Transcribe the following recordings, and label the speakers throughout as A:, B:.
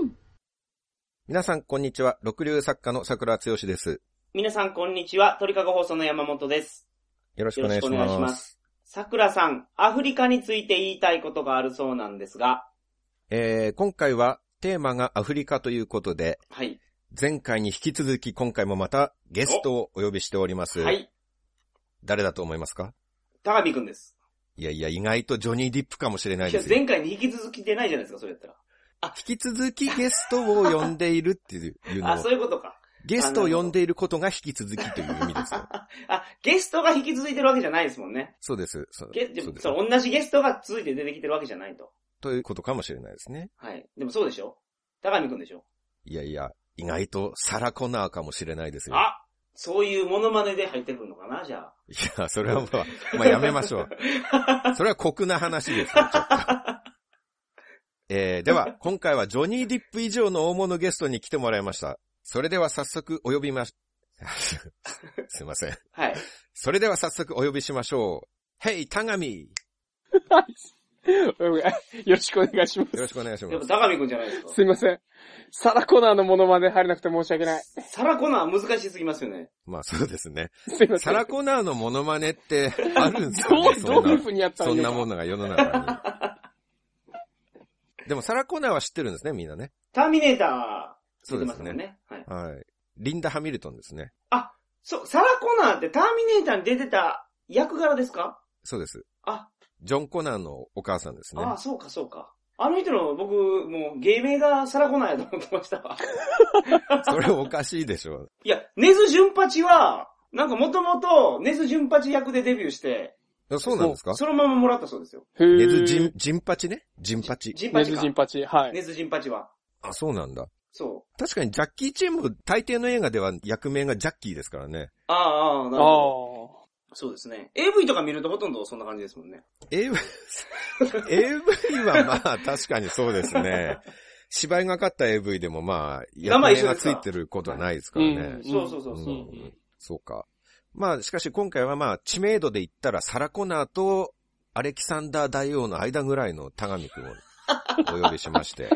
A: 信
B: 皆さん、こんにちは。六流作家の桜剛です。
C: 皆さん、こんにちは。鳥かご放送の山本です。
B: よろし
C: よ
B: くお願
C: ろし
B: い
C: く
B: し
C: お願いし
B: ま。
C: ますす。桜さん、アフリカについて言いたいことがあるそうなんですが、
B: えー、今回はテーマがアフリカということで、
C: はい。
B: 前回に引き続き今回もまたゲストをお呼びしております。
C: はい。
B: 誰だと思いますか
C: 高見くんです。
B: いやいや、意外とジョニー・ディップかもしれない
C: いや
B: ですよ。
C: 前回に引き続き出ないじゃないですか、それやったら。
B: 引き続きゲストを呼んでいるっていうの
C: あ、そ
B: を、
C: ういうことか。
B: ゲストを呼んでいることが引き続きという意味ですよ。
C: あ、ゲストが引き続いてるわけじゃないですもんね。
B: そうです。そう
C: ゲで
B: そう
C: も
B: です
C: そう、同じゲストが続いて出てきてるわけじゃないと。
B: ということかもしれないですね。
C: はい。でもそうでしょ高見くんでしょ
B: いやいや、意外とサラコナーかもしれないですよ。
C: あそういうモノマネで入ってくるのかなじゃあ。
B: いや、それはもう、まあ、やめましょう。それは酷な話ですよ、ちょっと。 えー、では、今回はジョニー・ディップ以上の大物ゲストに来てもらいました。それでは早速お呼びまし、 すいません。
C: はい。
B: それでは早速お呼びしましょう。Hey, 田上
D: よろしくお願いしま
B: よろ
D: す。
B: しくお願いし
C: や
B: ま
C: っぱ
B: す。
C: 高見くんじゃないですか。
D: すいません。サラコナーのモノマネ入れなくて申し訳ない。
C: サラコナー難しすぎますよね。
B: まあそうですね。
D: すいませ
B: サ
D: ん。
B: ラコナーのモノマネってあるんです
D: ど
B: よね、
D: う、ど
B: そう
D: いう
B: な
D: 風にやったら
B: そ
D: いい
B: ん
D: の
B: な
D: か
B: ものが世の中に。でもサラコナーは知ってるんですね、みんなね。
C: ターミネーター、
B: そうで
C: 出てますすもん
B: ね。
C: ね。はい。
B: はい。リンダ・ハミルトンですね。
C: そう、サラコナーってターミネーターに出てた役柄ですか
B: そうです。
C: あ、
B: ジョン・コナーのお母さんですね。
C: ああ、そうか、そうか。あの人の僕、もう芸名がサラコナーやと思ってました わ。
B: それおかしいでしょ。
C: いや、ネズ・ジュンパチは、なんかもともと、ネズ・ジュンパチ役でデビューして、
B: そうなんですか
C: そのままもらったそうですよ。
D: へー
B: ネズ・ジン、ジンパチねジンパチ。
C: ジンパ
D: ネ
C: チ
D: ズ
C: か
D: ジン。パチ。はい。
C: ネズ・ジンパチは。
B: あ、そうなんだ。
C: そう。
B: 確かにジャッキーチェンも大抵の映画では役名がジャッキーですからね。
C: ああ、ああ、
D: あ
C: なる
D: あ
C: ほど。そうですね。AV とか見るとほとんどそんな感じですもんね。
B: AV、AV はまあ確かにそうですね。芝居がかった AV でもまあ、役
C: 名
B: 名
C: 一緒
B: が
C: です
B: つ
C: か
B: いてることはないですからね
D: ん。
C: そうそうそう
B: う
C: そう。
B: んそうか。まあ、しかし今回はまあ、知名度で言ったら、サラコナーとアレキサンダー大王の間ぐらいの田上くんをお呼びしまして。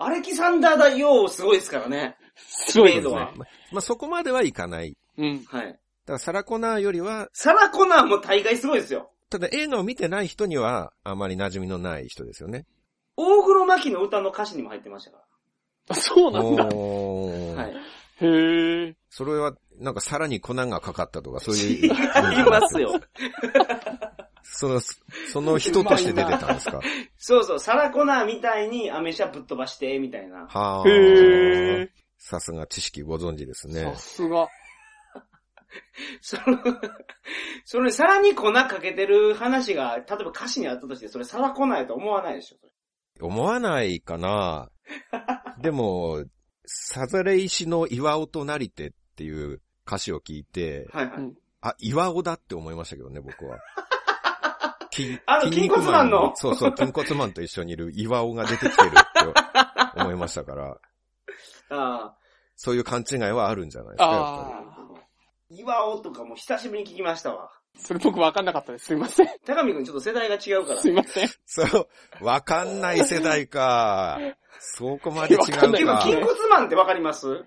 C: アレキサンダー大王すごいですからね。
D: すごい
C: 知名
D: です
C: 度
D: ね。
C: は。
B: まあ、そこまではいかない。
D: うん。
C: はい。
B: だから、サラコナーよりは、
C: サラコナーも大概すごいですよ。
B: ただ映画を見てない人には、あまり馴染みのない人ですよね。
C: 大黒摩季の歌の歌詞にも入ってましたか
D: あそうなんだ。
B: おー
C: ら。はい。
D: へー
B: それは、なんかさらに粉がかかったとか、そう いう。
C: 違いますよ。
B: その、その人として出てたん ですか。
C: そうそう、サラコナーみたいにアメ車ぶっ飛ばして、みたいな。
B: は
D: へ
B: あ。さすが知識ご存知です
D: ー
B: ね
D: さ。すが。
C: その、それさらに粉かけてる話が、例えば歌詞にあったとして、それサラコナーやと思わないでしょ。
B: 思わないか なでも、サザレ石の岩尾となりてっていう歌詞を聞いて、
C: はいはい。
D: うん
B: あ、岩尾だって思いましたけどね、僕 は。き
C: あの
B: 筋肉
C: 筋骨マンの
B: そうそう、筋骨マンと一緒にいる岩尾が出てきてるって思いましたから、
C: あ
B: そういう勘違いはあるんじゃないですか、やっぱ
C: あ
D: あ
C: 岩尾とかも久しぶりに聞きましたわ。
D: ーそれ僕わかんなかったです。すいません。
C: 高見くんちょっと世代が違うから
D: す。いません。
B: り。そう、わかんない世代 か。そこまで違
D: わかんな
C: で
B: う
D: い
C: も、
B: か。
C: 筋骨マンってわかります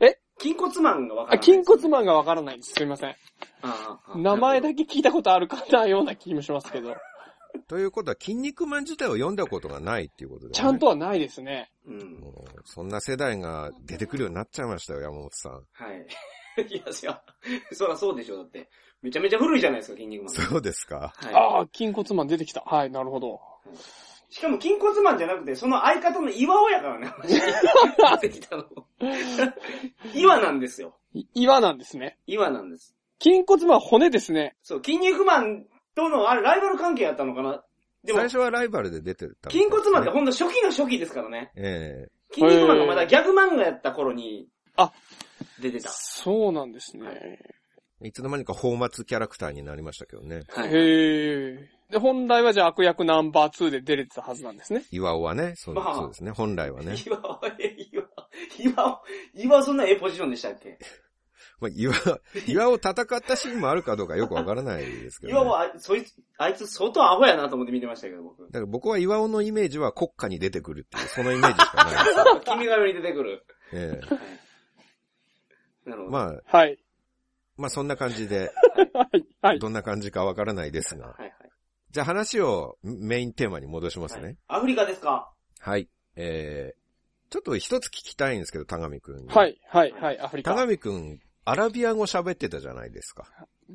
D: え
C: 筋骨マンがわからな
D: あ、
C: い。
D: 筋骨マンがわからないです。すいません。
C: ああああ
D: 名前だけ聞いたことあるかなような気もしますけど。
B: ということは、筋肉マン自体を読んだことがないっていうことで、ね。
D: ちゃんとはないですね。
C: うん。
B: もう、そんな世代が出てくるようになっちゃいましたよ、山本さん。
C: はい。 いや、いや、そらそうでしょ、だって。めちゃめちゃ古いじゃないですか、筋肉マン。
B: そうですか
C: は
D: ああ、筋骨マン出てきた。はい、なるほど。
C: い。しかも、筋骨マンじゃなくて、その相方の岩尾やからね、出てきたの。岩なんですよ。
D: い岩なんですね。
C: 岩なんです。
D: 筋骨マンは骨ですね。
C: そう、筋肉マンとの、あれ、ライバル関係やったのかなでも
B: 最、初はライバルで出てた、
C: 筋骨マンって
B: で
C: ほんと初期の初期ですからね。
B: え
C: 筋肉マンがまだギャグ漫画やった頃に、
D: あ
C: 出てた。
D: そうなんですね。
B: えいつの間にか放末キャラクターになりましたけどね。
C: はい。
D: へえ。で、本来はじゃあ悪役ナンバー2で出れてたはずなんですね。
B: 岩尾はね、そう
C: まあ
B: そうですね、 本来はね。
C: 岩尾、え岩尾、岩尾、そんなええポジションでしたっけ
B: まあ、岩、岩を戦ったシーンもあるかどうかよくわからないですけ ど、ね。
C: 今もあ、そいつ、あいつ相当アホやなと思って見てましたけど、僕。
B: だから僕は岩尾のイメージは国家に出てくるっていう、そのイメージしかないです。
C: 君が代に出てくる。
B: え
C: なる
B: え
C: ほど。
B: まあ、
D: はい。
B: まあそんな感じで、
D: はい。はい。
B: どんな感じかわからないですが。
C: はいはい。
B: じゃあ話をメインテーマに戻します
C: はい
B: ね。
C: アフリカですか
B: はい。えー、ちょっと一つ聞きたいんですけど、田上くん。
D: は。い。はい。はい。アフリ
B: 田
D: カ。
B: 上くん、アラビア語喋ってたじゃないですか。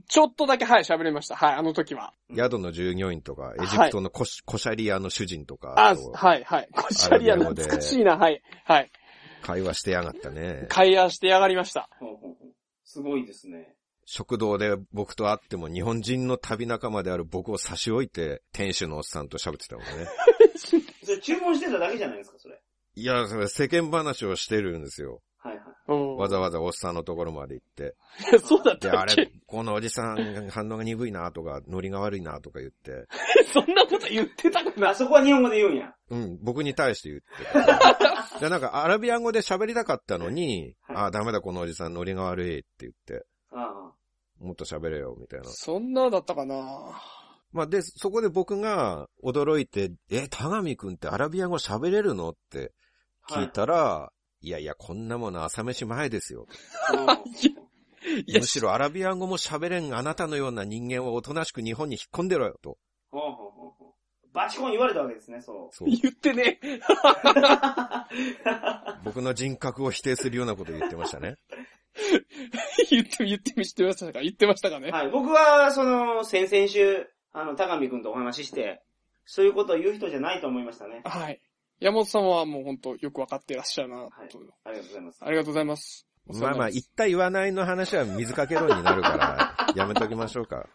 D: ちょっとだけ、はい、喋れました。はい、あの時は。
C: うん
B: 宿の従業員とか、エジプトのコシ,、コシャリアの主人とか、
D: あ、
B: と
D: はい、はい。こっちゃりや、
B: アラビア語で
D: 懐かしいな、はい。はい。
B: 会話してやがったね。
D: 会話してやがりました。
C: ほうほうほうすごいですね。
B: 食堂で僕と会っても日本人の旅仲間である僕を差し置いて、店主のおっさんと喋ってたもん ね。
C: それ注文してただけじゃないですか、それ。
B: いや、それ世間話をしてるんですよ。
C: はいはい。
D: うん。
B: わざわざおっさんのところまで行って。
D: いやそうだっ
B: で、
D: た
B: あ
D: っけ
B: れ、このおじさん反応が鈍いなとか、ノリが悪いなとか言って、
D: そんなこと言ってたかな
C: あそこは日本語で言うんや。
B: うん、僕に対して言ってた。で、なんかアラビア語で喋りたかったのに、
C: はい
B: あ、ダメだこのおじさんノリが悪いって言って、
C: あ
B: もっと喋れよ、みたいな。
D: そんなだったかな
B: まあ、で、そこで僕が驚いて、え、田上くんってアラビア語喋れるのって
C: あ。は
B: 聞いたら、い、やいや、こんなもの朝飯前ですよ。
C: うん
D: いや
B: む、しろアラビア語も喋れんあなたのような人間をおとなしく日本に引っ込んでろよ、と。
C: ほうほうほうほうバチコン言われたわけですね、そう。
B: そう。
D: 言ってね。
B: 僕の人格を否定するようなこと言ってましたね。
D: 言って、言って、言ってましたか言ってましたかね
C: はい、僕は、その、先々週、あの、高見くんとお話しして、そういうことを言う人じゃないと思いましたね。
D: はい。山本さんはもう本当よくわかってらっしゃるなと、
C: ありがとうございます。
D: ありがとうございます。
B: まあまあ、
D: い
B: 言った言わないの話は水かけ論になる から、やめときましょうか。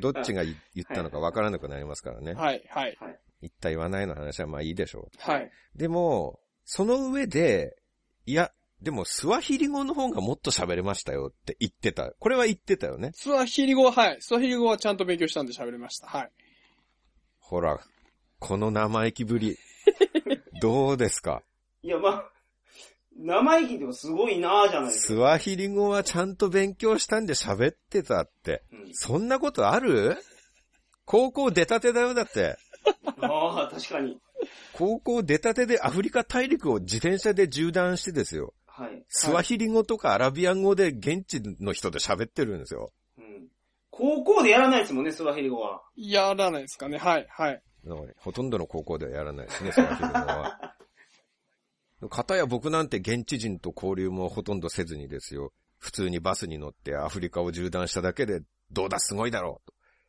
B: どっちが言言ったのかわからなくなりますからね。
D: はい、はい、
B: 言った言わないの話はまあいいでしょう。
D: はい。
B: でも、その上で、いや、でもスワヒリ語の方がもっと喋れましたよって言ってた。これは言ってたよね。
D: スワヒリ語は、はい。スワヒリ語はちゃんと勉強したんで喋れました。はい。
B: ほら、この生意気ぶ り。どうですか
C: いや、まあ、生意気でもすごいなぁじゃないです
B: ス
C: か。
B: ワヒリ語はちゃんと勉強したんで喋ってたって。
C: うん
B: そんなことある高校出たてだよ、だって。
C: ああ、確かに。
B: 高校出たてでアフリカ大陸を自転車で縦断してですよ。
C: はい。
B: スワヒリ語とかアラビア語で現地の人で喋ってるんですよ。
C: うん。高校でやらないですもんね、スワヒリ語は。
D: やらないですかね。はい、はい。
B: だからほとんどの高校ではやらないですね、その昼間は。かたや僕なんて現地人と交流もほとんどせずにですよ。普通にバスに乗ってアフリカを縦断しただけで、どうだすごいだろ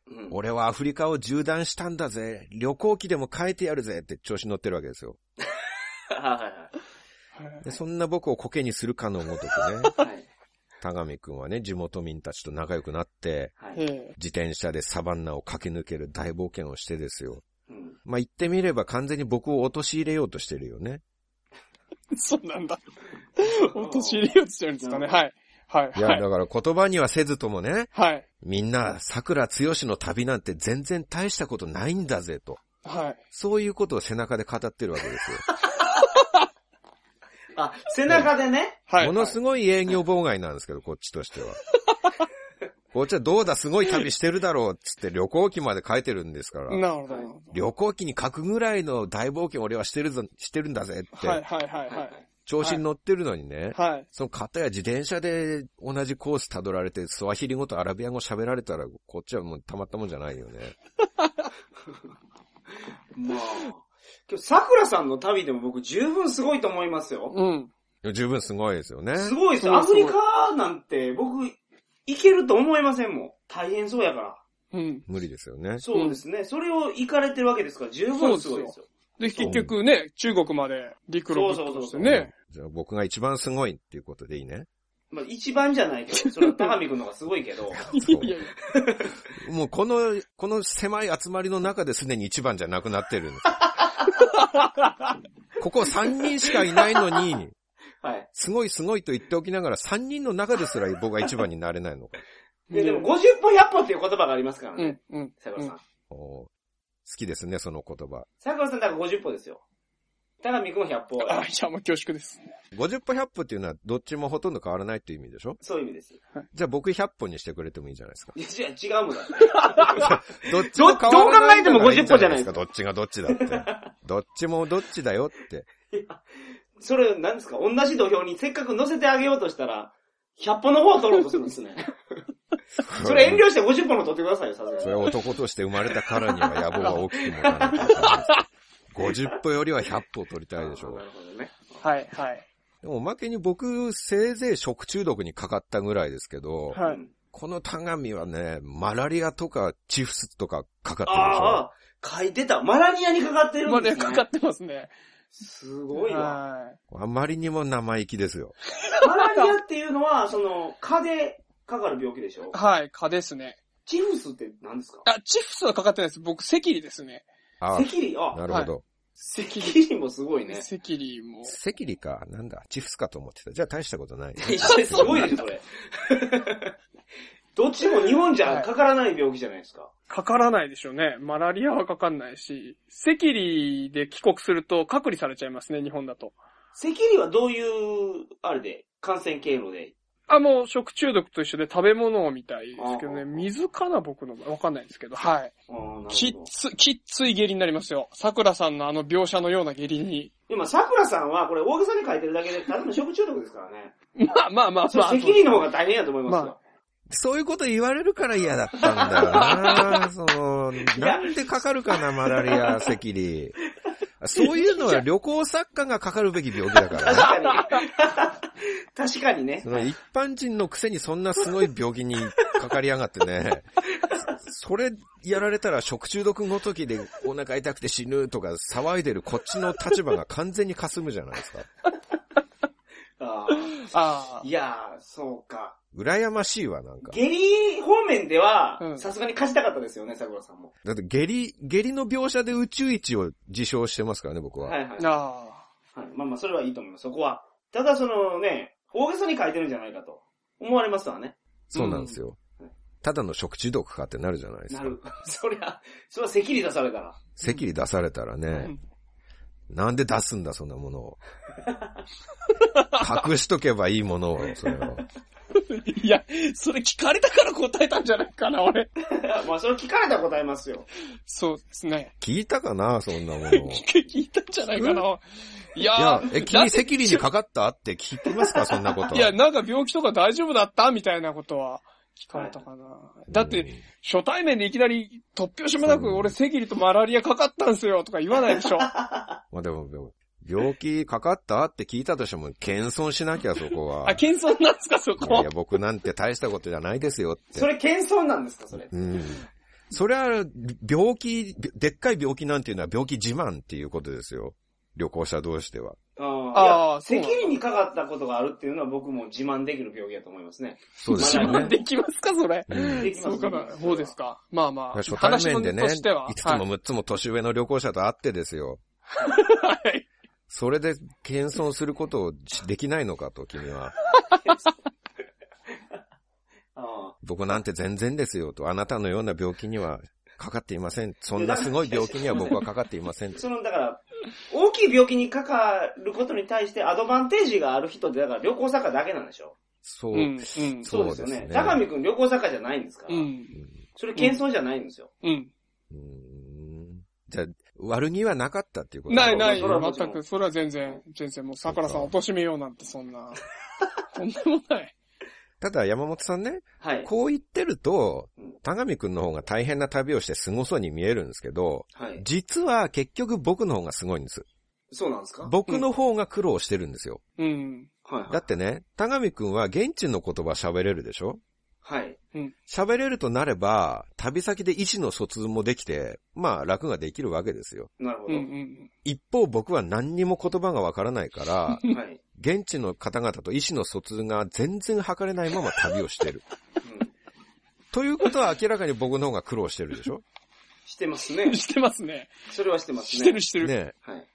B: うと。
C: うん。
B: 俺はアフリカを縦断したんだぜ。旅行機でも変えてやるぜって調子乗ってるわけですよ。
C: はい
B: でそんな僕を苔にするかのごとくね、
C: はいはい。
B: 田上くんはね、地元民たちと仲良くなって、
C: はい。はい。
D: え
B: 自転車でサバンナを駆け抜ける大冒険をしてですよ。
C: うん。
B: まあ、言ってみれば完全に僕を陥れようとしてるよね。
D: えそうなんだ。落とし入れようとしてるんですかね。はい。 はい、
B: いや、
D: はい。
B: だから言葉にはせずともね、
D: はい。
B: みんな、桜つよしの旅なんて全然大したことないんだぜと。
D: はい。
B: そういうことを背中で語ってるわけです よ。
C: あ、背中でね。
D: はい。
B: ものすごい営業妨害なんですけど、こっちとして は。こっちはどうだ、すごい旅してるだろう、つって旅行記まで書いてるんですから。
D: なるほど。なるほ
B: 旅行記に書くぐらいの大冒険俺はしてるぞ、してるんだぜっ
D: どはい、
B: て、
D: はい、はい、は
B: 調子に乗ってるのにね
D: い。、はい。
B: その方や自転車で同じコース辿られて、スワヒリ語とアラビア語喋られたら、こっちはもうたまったもんじゃないよね。
C: まあ。今日、桜さんの旅でも僕十分すごいと思いますよ。
D: うん。
B: いや十分すごいですよね。
C: すごいです
D: う
C: よ。
D: ん
C: アフリカなんて僕、行けると思いませんもん。大変そうやから。
D: うん。
B: 無理ですよね。
C: そうですね。それを行かれてるわけですから、十分すごいですよ。
D: で、結局ね、中国まで陸路ぶっ通してね。
B: じゃあ僕が一番すごいっていうことでいいね。
C: まあ、一番じゃないけ ど、それは高見くんの方がすごいけど。
B: そう
D: いやいや
B: もうこの、この狭い集まりの中ですでに一番じゃなくなってるんですよここ3人しかいないのに、
C: はい。
B: すごいすごいと言っておきながら3人の中ですら僕が一番になれないのか。
C: ででも、50歩100歩っていう言葉がありますから
D: う
C: ね
D: ん、。うん。
C: 桜さん。
B: おー好きですね、その言葉。
C: 桜さんだから50歩ですよ。ただ、三雲百歩。
D: あ、いや、もう恐縮です。
B: 50歩100歩っていうのはどっちもほとんど変わらないっていう意味でしょ
C: そういう意味です。
B: じゃあ僕100歩にしてくれてもいいじゃないですか。
C: いや、違うもんだ。
B: どっちも変わらないんだからいいん
C: どう考えても50歩じゃないですか
B: どっちがどっちだって。どっちもどっちだよって。
C: それ、なんですか同じ土俵にせっかく乗せてあげようとしたら、100歩の方を取ろうとするんで すね。 それ遠慮して50歩の取ってくださいよ、さすがに
B: それは男として生まれたからには野望が大きく持たないといけないです。50歩よりは100歩取りたいでしょう
C: な。るほどね。
D: はい、はい。
B: でもおまけに僕、せいぜい食中毒にかかったぐらいですけど、
D: はい。
B: このタガミはね、マラリアとかチフスとかかかってるでしょ
C: ああ、書いてた。マラニアにかかってる
D: ま
C: ん
D: だ、
C: ですね。
D: かかってますね。
C: すごいわ。
D: は
B: あまりにも生意気ですよ。
C: マラニアっていうのは、その、蚊でかかる病気でしょ
D: い。はい、蚊ですね。
C: チフスって何ですか
D: あ、チフスはかかってないです。僕、セキリですね。
B: あ
C: セキリ、あ、
B: なるほど。
D: セキ
C: セキリもすごい
D: リ。
C: ね。
D: セキリも。
B: セキリか、なんだ、チフスかと思ってた。じゃあ大したことない。
C: いやすごいでしょ、 それ。どっちも日本じゃかからない病気じゃないですか。
D: かからないでしょうね。マラリアはかかんないし、セキリで帰国すると隔離されちゃいますね、日本だと。
C: セキリはどういう、あれで、感染経路で。
D: あ、もう食中毒と一緒で食べ物みたいですけど
C: あ
D: ね。
C: ー
D: 水かな僕の場合。わかんないですけど。はい。
C: あーなるほど
D: きっつ、きっつい下痢になりますよ。桜さんのあの描写のような下痢に。
C: 今、桜さんはこれ大げさに書いてるだけで、ただの食中毒ですからね。
D: まあまあまあ
C: そ
D: ま
C: れ、セ
D: あ。
C: キリの方が大変やと思いますよ。
B: そういうこと言われるから嫌だったんだよ な。その、なんでかかるかな、マラリア、セキリ。そういうのは旅行作家がかかるべき病気だからね。
C: 確かに。確かにね
B: そ。の一般人のくせにそんなすごい病気にかかりやがってね。そそれやられたら食中毒ごときでお腹痛くて死ぬとか騒いでるこっちの立場が完全に霞むじゃないですか。
C: あ
D: あ
C: ーいやー、そうか。
B: 羨ましいわ、なんか。
C: 下痢方面で
D: う
C: は、
D: ん
C: さすがに勝ちたかったですよね、桜さんも。
B: だって下痢、下痢の描写で宇宙一を自称してますからね、僕は。
C: はいはい
D: あ。。あ
C: はい、まあまあ、それはいいと思います、そこは。ただ、そのね、大げさに書いてるんじゃないかと思われますわね。
B: そうなんですよ。
C: うん
B: ただの食中毒かってなるじゃないです
C: な
B: か。
C: る。 そりゃ、そりゃ、セキリ出されたら。
B: セキリ出されたら
D: あ。
B: ね、なんで出すんだ、そんなものを。隠しとけばいいものを、それを。
D: いや、それ聞かれたから答えたんじゃないかな、俺。
C: まあ、それ聞かれたら答えますよ。
D: そうですね。
B: 聞いたかな、そんなものを。い
D: 聞いたんじゃないかな。いや
B: や、え、君、セキリにかかったって聞きますか、そんなことは。
D: いや、なんか病気とか大丈夫だったみたいなことは聞かれたかな。だっ
B: うん
D: て、、初対面でいきなり突拍子もなく、俺、セキリとマラリアかかったんすよとか言わないで しょ。あ、
B: まあでも、でも病気かかったって聞いたとしても、謙遜しなきゃ、そこは。
D: 謙遜なんすか、そ
B: いやい
D: こ
B: や、。僕なんて大したことじゃないですよって。
C: それ、謙遜なんですか、それ。
B: うん。それは、病気、でっかい病気なんていうのは病気自慢っていうことですよ。旅行者同士では。
C: あ
D: あ
C: あ、
D: あそう
C: セ
D: なんだ
C: キリにかかったことがあるっていうのは僕も自慢できる病気だと思いますね。
B: そうですよ
C: まあま
B: ね。
D: できますか、それ。
B: うん
C: できま
D: そう
C: す
D: かな、そうです。か。まあまあ、
B: 初対面でね、
D: 話のとしては。
B: 5つも6つも年上の旅行者と会ってですよ。
D: はい。
B: それで謙遜することをできないのかと、君は。
C: あ
B: 僕なんて全然ですよと、あなたのような病気にはかかっていません。そんなすごい病気には僕はかかっていません
C: あ。。その、だから、大きい病気にかかることに対してアドバンテージがある人って、だから旅行作家だけなんでしょ
B: そうう。
D: ん、うん。
B: そうですね
C: よね。高見くん旅行作家じゃないんですから
D: う。ん、
C: それ謙遜じゃないんですよ。
D: うん。
B: うんじゃあ、悪気はなかったっていうこと
D: ないない、
C: それはもちろ
D: 全
C: ん
D: く、それは全然、全然、もう、桜さん
B: そう
D: 貶としめようなんて、そんな。 とんでもない。
B: ただ山本さんね、
C: はい。
B: こう言ってると
C: うん、
B: 田上くんの方が大変な旅をして凄そうに見えるんですけど、
C: はい。
B: 実は結局僕の方がすごいんです。
C: そうなんですか
B: 僕の方が苦労してるんですよ。
D: うん。
C: はいはい。
B: だってね、田上くんは現地の言葉喋れるでしょ
C: はい。
B: 喋れるとなれば、旅先で意思の疎通もできて、まあ楽ができるわけですよ。
C: なるほ
D: う
C: ど。
D: ん、うん。
B: 一方僕は何にも言葉がわからないから、
C: はい。
B: 現地の方々と意思の疎通が全然測れないまま旅をしてる。
C: うん
B: ということは明らかに僕の方が苦労してるで しょ
C: してますね。
D: してますね。
C: それはしてますね。
D: してるしてる。
B: ね
C: はい。
B: え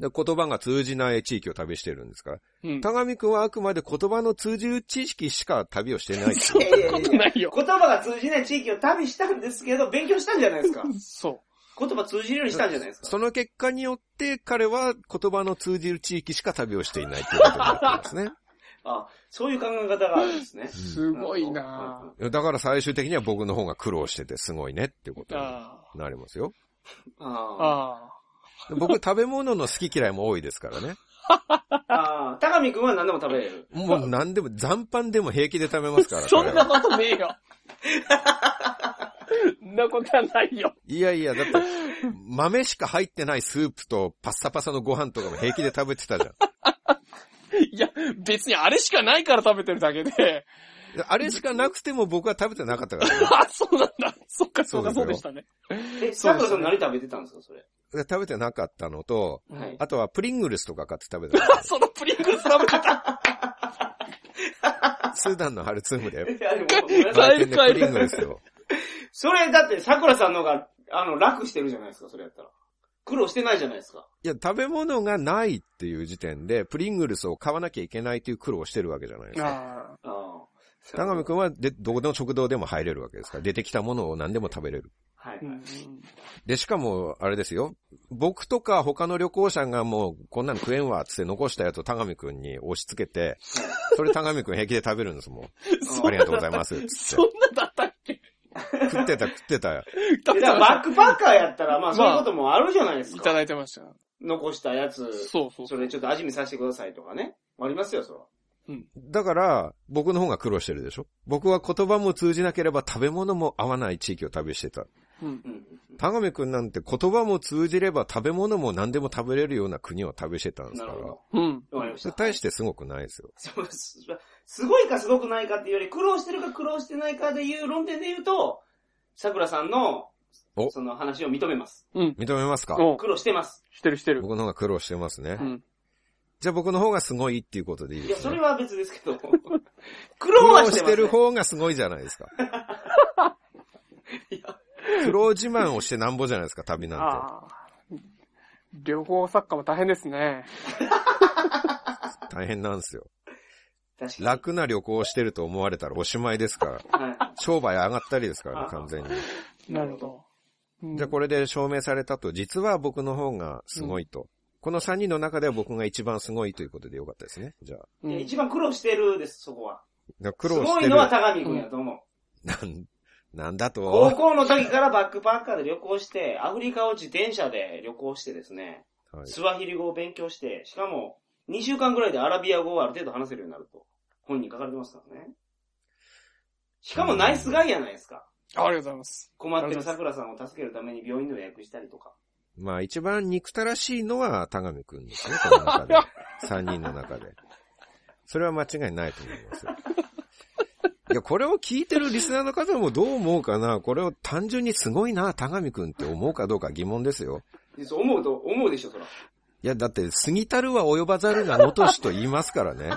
B: で言葉が通じない地域を旅してるんですから。
D: うん。
B: 田上くんはあくまで言葉の通じる知識しか旅をして ない。
D: そん なことないよ。
C: 言葉が通じない地域を旅したんですけど、勉強したんじゃないですか。
D: そ
C: 言葉通じるようにしたんじゃないですか。
B: その結果によって彼は言葉の通じる地域しか旅をしていないということになったんですね。
C: あ、そういう考え方があるんですね。
D: すごいな
B: だから最終的には僕の方が苦労しててすごいねっていうことに
D: あ
B: なりますよ。
D: あ。
C: あ
D: あ
B: 僕食べ物の好き嫌いも多いですからね。
C: あ。ああ。高見くんは何でも食べれる。
B: もう何でも、残飯でも平気で食べますから
D: あ。。そん
B: 彼は
D: なことねえよ。そんなことはないよ。
B: いやいや、だって、豆しか入ってないスープとパッサパサのご飯とかも平気で食べてたじゃん。
D: いや、別にあれしかないから食べてるだけで。
B: あれしかなくても僕は食べてなかったからね。
D: あ、そうなんだ。そっか、そうか、
B: そ
D: そうう
B: で
D: です
B: よ
D: したね。
C: え、さくらさん何食べてたんですか、それ。
B: で食べてなかったのと、
C: はい
B: あとはプリングルスとか買って食べてたん
D: あ、
B: です
D: そのプリンクルス食べ方。
B: よ。スーダンのハルツームで。
C: いやでもごめんなさい
D: 帰
B: 売店で
D: る
B: プリングルスを。
C: それだってさくらさんの方が、あの、楽してるじゃないですか、それやったら。苦労してないじゃないですか。
B: いや、食べ物がないっていう時点で、プリングルスを買わなきゃいけないという苦労をしてるわけじゃないですか。
D: あ
C: ああ。
B: 高見くんは、で、どこでも食堂でも入れるわけですから、出てきたものを何でも食べれる。
C: はい
D: ーう
C: はい。
D: ん
B: で、しかも、あれですよ。僕とか他の旅行者がもう、こんなの食えんわ、つって残したやつを高見くんに押し付け て、それ高見くん平気で食べるんですもん。ありがとうございます、つっ
D: そんなだったっけ
B: て。食ってた、食ってた。
D: 食
C: い
D: べ
C: や
D: た
C: バ
D: ら
C: ックパッカーやったら、まあそういうこともあるじゃないです
D: い
C: か。
D: ただいてました。
C: 残したやつ、
D: そうそ
C: そ
D: うそう。
C: れちょっと味見させてくださいとかね。ありますよ、それは。
B: だから、僕の方が苦労してるでしょ僕は言葉も通じなければ食べ物も合わない地域を旅してた。
D: うん
C: うん。
B: 田上くんなんて言葉も通じれば食べ物も何でも食べれるような国を旅してたんです
C: な
B: か
C: る
B: ら
C: ほ。ど。
D: うん。
C: わかりまし
B: そ
C: た。
B: れ大してすごくないですよ。
C: そうすすごいかすごくないかっていうより、苦労してるか苦労してないかでいう論点で言うと、桜さんの
B: お、
C: その話を認めます。
D: うん。
B: 認めますか
D: お
C: 苦労してます。
D: してるしてる。
B: 僕の方が苦労してますね
D: う。ん。
B: じゃあ僕の方がすごいっていうことでいい
C: い
B: で
C: や、
B: す
C: そ
B: ね
C: れ。は別ですけど。 苦
B: 苦
C: 労は
B: 労
C: してます、ね。
B: してる方がすごいじゃないですか。
C: いや
B: 苦労自慢をしてなんぼじゃないですか、旅なん
D: ああ。旅行作家も大変ですね。
B: て。大変なんですよ。
C: 確かに。
B: 楽な旅行をしてると思われたらおしまいですから。
C: は
B: 商売上がったりですからね、完全に。
C: い。
D: なるほ。ど。うん
B: じゃあこれで証明されたと、実は僕の方がすごいと。この3人の中では僕が一番すごいということでよかったですね。じゃあ。
D: う
C: い
D: ん
C: や一番苦労してるです、そこは。
B: だから苦
C: す
B: 労し
C: ご
B: て
C: い
B: る。
C: のは高見君やと思う。
B: なん、なんだ
C: 高
B: と、
C: 校の時からバックパッカーで旅行して、アフリカを自転車で旅行してですね、
B: はい
C: スワヒリ語を勉強して、しかも、2週間ぐらいでアラビア語をある程度話せるようになると。本に書かれてますからね。しかもナイスガイやないですか。
D: ありがとうございます。
C: 困ってる桜さんを助けるために病院の予約したりとか。
B: まあ一番憎たらしいのは田上くん ですね、この中で。3人の中で。それは間違いないと思いますよ。いや、これを聞いてるリスナーの方もどう思うかなこれを単純にすごいな、田上くんって思うかどうか疑問ですよ。
C: そう思うと、思うでしょ、そら。
B: いや、だって、過ぎたるは及ばざるがのとしと言いますからね。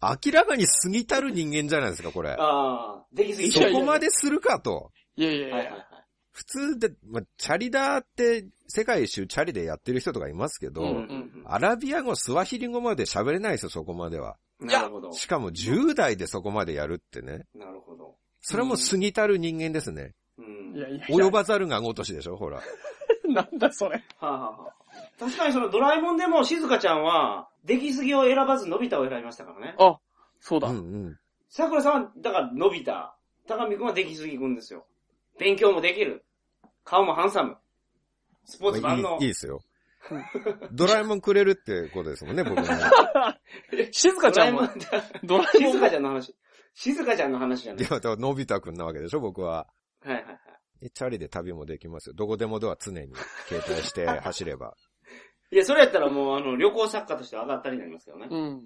B: 明らかに過ぎたる人間じゃないですか、これ。
C: ああ、できすぎ
B: そ
C: てる
B: こまでするかと。
D: いやいやい
C: はいはい
D: や
C: は。い。
B: 普通で、まあ、チャリダーって世界一周チャリでやってる人とかいますけど、
C: うんうん
B: アラビア語、スワヒリ語まで喋れないですよ、そこまでは。
C: うん。なるほど。
B: しかも10代でそこまでやるってね。
C: なるほど。
B: それも過ぎたる人間ですね。
C: うん。
D: いやいや。
B: 及ばざるがごとしでしょ、ほら。
D: なんだそれ。
C: はあ、はあはあ、確かにそのドラえもんでも静香ちゃんは、出来すぎを選ばずのび太を選びましたからね。
D: あ、そうだ。
B: うんうん。
C: 桜さんは、だからのび太。高見くんは出来すぎくんですよ。勉強もできる。顔もハンサム。スポーツ
B: まあい
C: 万
B: い
C: 能。
B: いいですよ。ドラえもんくれるってことですもんね、僕ね。
D: 静
C: ド
D: 香ち
C: ラ
D: ゃ
C: え
D: ん
C: もん
D: も、ドラえも
C: 静
D: ん
C: 香ちゃんの話。静香ちゃんの話じゃ
B: い
C: ない。
B: や、だからのび太くんなわけでしょ、僕は。
C: はいはいはい。
B: えチャリで旅もできますよ。どこでもドア常に携帯して走れば。
C: いや、それやったらもう、あの、旅行作家として上がったりになりますけどね。
D: うん。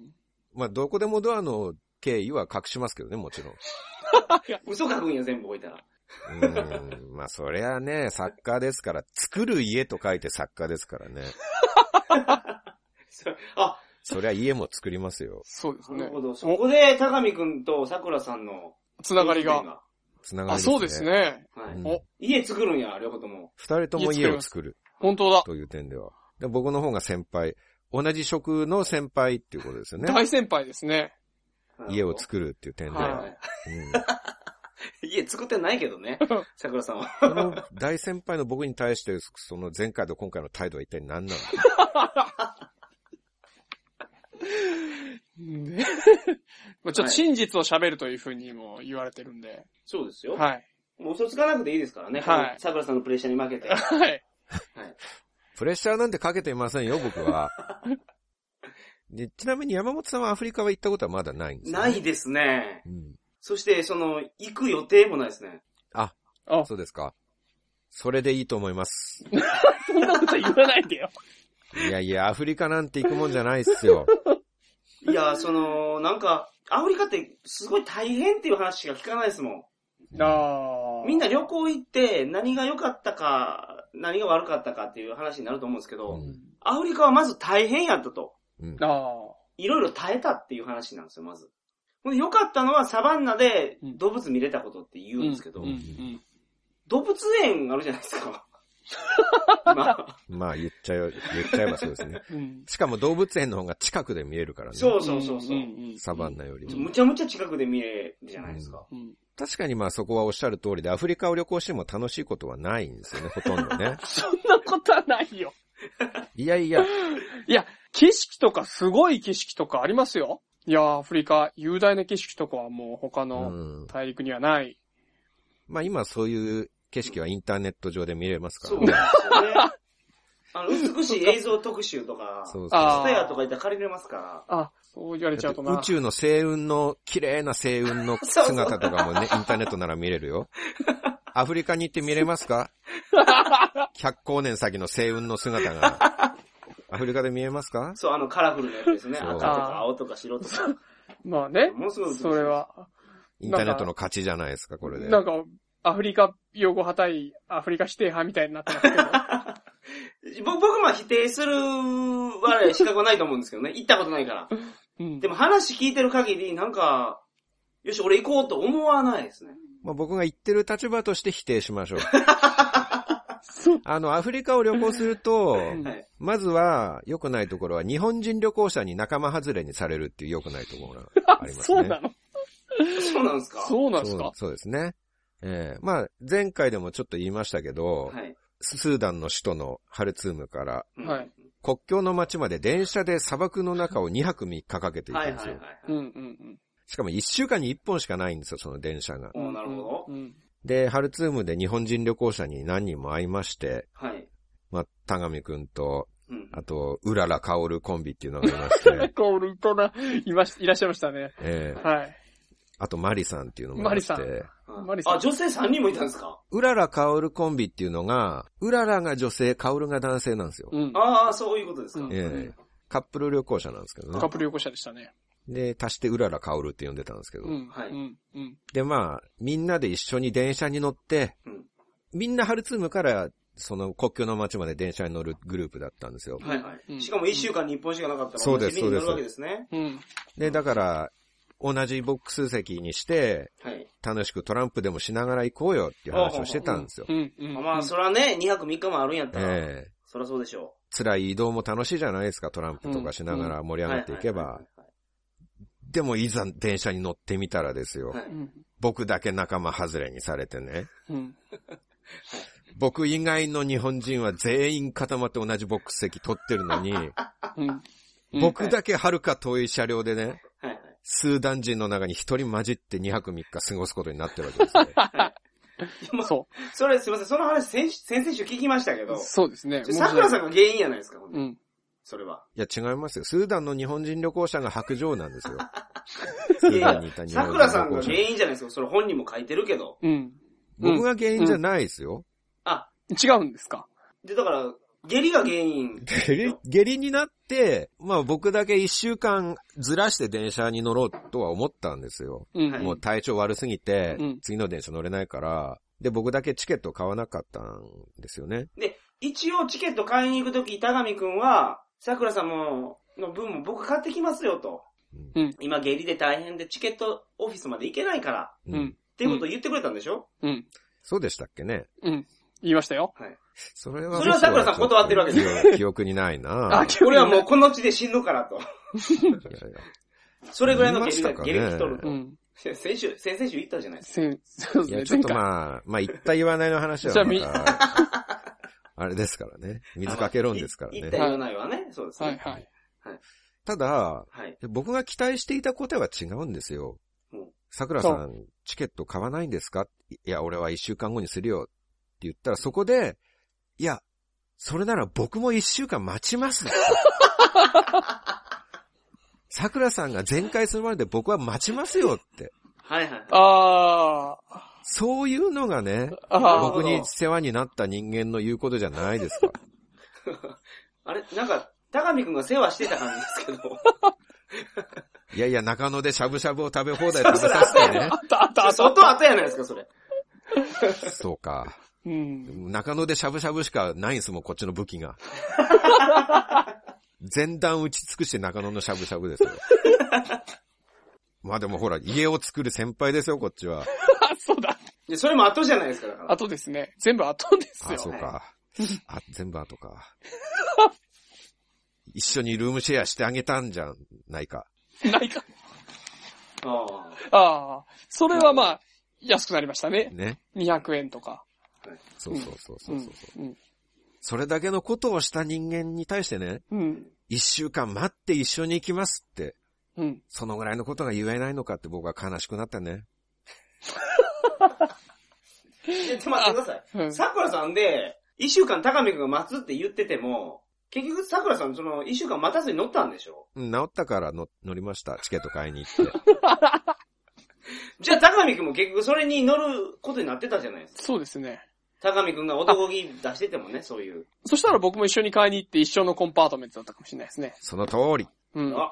B: まあ、どこでもドアの経緯は隠しますけどね、もちろん。
C: 嘘書くんや、全部置いたら。
B: うーん。まあ、そりゃね、作家ですから、作る家と書いて作家ですからね。
C: そあ、
B: そりゃ家も作りますよ。
D: そうです
C: な
D: ね
C: る。ほど。そこで、高見くんと桜さんの、
D: つながりが。。
B: つながり
D: あ、そうです。ね。
C: は
B: う
C: い。
B: ん
D: お
C: 家作るんや、両方とも。
B: 二人とも家を作る
D: 本当だ。
B: という点では。で僕の方が先輩。同じ職の先輩っていうことですよね。
D: 大先輩ですね。
B: 家を作るっていう点で
C: はい
B: は。
C: は
B: う
C: い
B: ん
C: 家作ってないけどね。桜さんは。
B: その大先輩の僕に対して、その前回と今回の態度は一体何なの
D: ね まあちょっと真実を喋るというふうにも言われてるんで。
C: そうですよ。
D: はい。
C: もう嘘つかなくていいですからね。
D: はい
C: 桜さんのプレッシャーに負け て。
D: はい。
B: プレッシャーなんてかけていませんよ、僕は。でちなみに山本さんはアフリカは行ったことはまだないんですよね、
C: ないですね。
B: うん。
C: そして、その、行く予定もないですね。
D: あ、そ
B: そうですか。それでいいと思います。
D: んなこと言わない でよ。
B: いやいや、アフリカなんて行くもんじゃないっすよ。
C: いや、その、 なんか、アフリカってすごい大変っていう話しか聞かないですも
D: あ
C: ん。
D: ー
C: みんな旅行行って何が良かったか、何が悪かったかっていう話になると思うんですけど、
B: うん
C: アフリカはまず大変やったと。
B: うん。
D: あ
C: いろいろ耐えたっていう話なんですよ、まず。ほんで良かったのはサバンナで
D: うん
C: 動物見れたことって言
D: ー。
C: うんですけど、
D: うんうん
C: 動物園あるじゃないです か。まあ、
B: まあ言っちゃえば、言っちゃえばそうです ね。
D: うん。
B: しかも動物園の方が近くで見えるからね。
C: そうそうそうそう、
D: ん
B: サバンナよりも。
C: むちゃむちゃ近くで見れるじゃないですか。
D: うん。。
B: 確かにまあそこはおっしゃる通りで、アフリカを旅行しても楽しいことはないんですよね、ほとんどね
D: そんなことはないよ。
B: いやいや、
D: いや、景色とかすごい景色とかありますよ。いやー、アフリカ、雄大な景色とかはもう他
B: う
D: の
B: ん。
D: 大陸にはない。
B: まあ今そういう景色はインターネット上で見れますか
C: そ
B: ら
C: うなん
B: ね
C: で。すよね。あ の、美しい映像特集とか、
B: そ
C: ス
B: う
D: あ
B: そ
D: ー
C: タヤとか行ったら借りれますから。
D: あ、そう言われちゃうと
B: う。
D: な。
B: 宇宙の星雲の、綺麗な星雲 の姿とかもね、インターネットなら見れるよ。アフリカに行って見れます か ?100 光年先の星雲の姿が。アフリカで見えますか
C: そう、あのカラフルなやつですね。
B: そう
C: 赤とか青とか白と か。
D: まあね。
C: ものすごい美しい
D: それ。は。
B: インターネットの勝ちじゃないですか、これで。
D: なんか、アフリカ擁護派対アフリカ否定派みたいになってますけど。
C: 僕、僕も否定するは資格はないと思うんですけどね。行ったことないから。
D: うん。
C: でも話聞いてる限り、なんか、よし、俺行こうと思わないですね。
B: まあ、僕が言ってる立場として否定しましょう。
D: そう。
B: あの、アフリカを旅行すると、
D: ん
C: はい。
B: まずは、良くないところは、日本人旅行者に仲間外れにされるっていう良くないところがありますね。
D: そうなの
C: そうなんですか
D: そうなんで
B: そ
D: す
B: う
D: か
B: そうですね。ええまあ、前回でもちょっと言いましたけど、
C: はい。
B: スーダンの首都のハルツームから
C: うん
D: はい。
B: 国境の街まで電車で砂漠の中を2泊3日かけて行
C: は
B: く
C: い
B: んで
C: は
B: す
C: い
B: よ。
D: うん
C: は
D: うんうん。
B: しかも1週間に1本しかないんですよ、その電車が。
C: おーなるほ
D: ど。うん。
B: で、ハルツームで日本人旅行者に何人も会いまして、
C: い。はい。
B: まあ、田上くんと、
C: うん。
B: あと、うららかおるコンビっていうのがいま して、
D: コールとな、いまし、いらっしゃいましたね。
B: ええ
D: はい。
B: あと、マリさんっていうのもいまし
D: マリ
B: て、
D: マリさん
C: あ、女性3人もいたんですか
B: うららかおるコンビっていうのが、うららが女性、かおるが男性なんですよ。
D: うん。
C: ああ、そういうことですか
D: うん。
B: ええカップル旅行者なんですけど
D: カッ
B: ね。
D: プル旅行者でしたね。
B: で、足してうららかおるって呼んでたんですけど、
D: うん。
C: はい
D: うん。うん。
B: で、まあ、みんなで一緒に電車に乗って、
C: うん
B: みんなハルツームから、その国境の街まで電車に乗るグループだったんですよ。
C: はいは
D: うん
C: い。しかも1週間に1本しかなかったら、
B: そうです
C: 同じ便に乗るわけですね。
D: うん。
B: で、だから、同じボックス席にして、
C: はい。
B: 楽しくトランプでもしながら行こうよっていう話をしてたんですよ。
D: うん。うん。
C: まあまあ、そらね、2泊3日もあるんやったら、
B: ええ
C: そらそうでしょ
B: 辛い移動も楽しいじゃないですか、トランプとかしながら盛
C: う。
B: り上がっていけば。
C: は
B: でも、いざ電車に乗ってみたらですよ。
C: いはいはいはい。
D: うん。
B: 僕だけ仲間外れにされてね。
D: うん。
B: 僕以外の日本人は全員固まって同じボックス席取ってるの に、
D: うん。
B: 僕だけ遥か遠い車両でね、
C: はいはい。
B: スーダン人の中に一人混じって2泊3日過ごすことになってるわけですね。
C: まあ、
D: そ
C: それすいません、その話先し先々週聞きましたけ
D: う。
C: ど、
D: そうですね。
C: 桜さんが原因やないですか、ほんで
D: うん。
C: それは。
B: いや違いますよ。スーダンの日本人旅行者が白状なん ですよ。ス
C: い
B: ーダ
C: や
B: ンにいた日本人
C: 桜さん
B: 旅
C: が
B: 行
C: 原
B: 者。
C: 因じゃないですか、それ本人も書いてるけど。
D: うん。
B: 僕が原因じゃないですよ。
C: あ、
D: 違うんですか
C: で、だから、下痢が原因。
B: 下痢、下痢になって、まあ僕だけ一週間ずらして電車に乗ろうとは思ったんですよ。
D: うん。
C: はい
B: もう体調悪すぎて
D: うん、
B: 次の電車乗れないから、で、僕だけチケット買わなかったんですよね。
C: 一応チケット買いに行くとき、田上くんは、桜さんも、の分も僕買ってきますよと。
D: うん
C: 今下痢で大変でチケットオフィスまで行けないから。
B: うん
D: うん。
C: っていうことを言ってくれたんでしょ、
D: うん。
B: そうでしたっけね。
D: 言いましたよ。
B: それは。
C: それは桜さん断ってるわけです
B: す記憶にないなぁ。
D: あ
B: い
D: 急に
C: 俺はもうこの地で死ぬからと。
B: やいや
C: それぐらいの下
B: 言いました
C: 痢が
B: か
C: 下
B: ね
C: 痢きとる
D: う
C: と。
D: ん。
C: 先週、先々週行ったじゃないですか。
D: せんそう
B: い
D: で
B: や、
D: す
B: ちょ
D: ね。
B: っ
D: 前
B: と
D: 回。
B: まあ、まあ言った言わないの話は
D: じゃあ
B: ま
D: み
B: た、 あれですからね。水かけ論ですから
C: 行っ
B: ね
C: た。言わないはね、そうです
D: はい
C: ね。
D: はい。
B: ただ、
C: はい。
B: 僕が期待していた答えは違うんですよ
C: うん。
B: 桜さん、チケット買わないんですかいや、俺は一週間後にするよって言ったら、そこで、いや、それなら僕も一週間待ちます。 桜さんが全開するまで僕は待ちますよって。
C: はいはい。
D: あ
B: そういうのがね、
D: あ、あ
B: 僕に世話になった人間の言うことじゃないです か。
C: あれ、なんか、高見くんが世話してた感じですけど。
B: いやいや、中野でしゃぶしゃぶを食べ放題食べさせてね
D: あ。ったあったあった。
C: 相当後やないですか、それ。
B: そうか。
D: うん。
B: 中野でしゃぶしゃぶしかないんすもん、こっちの武器が。 全段打ち尽くして中野のしゃぶしゃぶですよ。まあでもほら、家を作る先輩ですよ、こっちは。
D: あ、そうだ。
C: でそれも後じゃないですか、だから。
D: 後ですね。全部後です
B: あ、そう
D: よ。
B: か。あ、全部後か。一緒にルームシェアしてあげたんじゃないか。
D: ないか。
C: あ
D: ああ。それはまあ、安くなりましたね。
B: ね。
D: 200円とか。
B: そうそうそうそうそう。
D: うん。
B: それだけのことをした人間に対してね、
D: うん。
B: 一週間待って一緒に行きますって、
D: うん。
B: そのぐらいのことが言えないのかって僕は悲しくなったね。
C: あ。いやちょ待ってください。
D: うん。
C: 桜さんで、一週間高見くんが待つって言ってても、結局桜さんその一週間待たずに乗ったんでしょ
B: うん治ったからの乗りました。チケット買いに行って。
C: じゃあ高見くんも結局それに乗ることになってたじゃないですか。
D: そうですね。
C: 高見くんが男気出しててもね、そういう。
D: そしたら僕も一緒に買いに行って一緒のコンパートメントだったかもしれないですね。
B: その通り。
D: うん。
C: あ、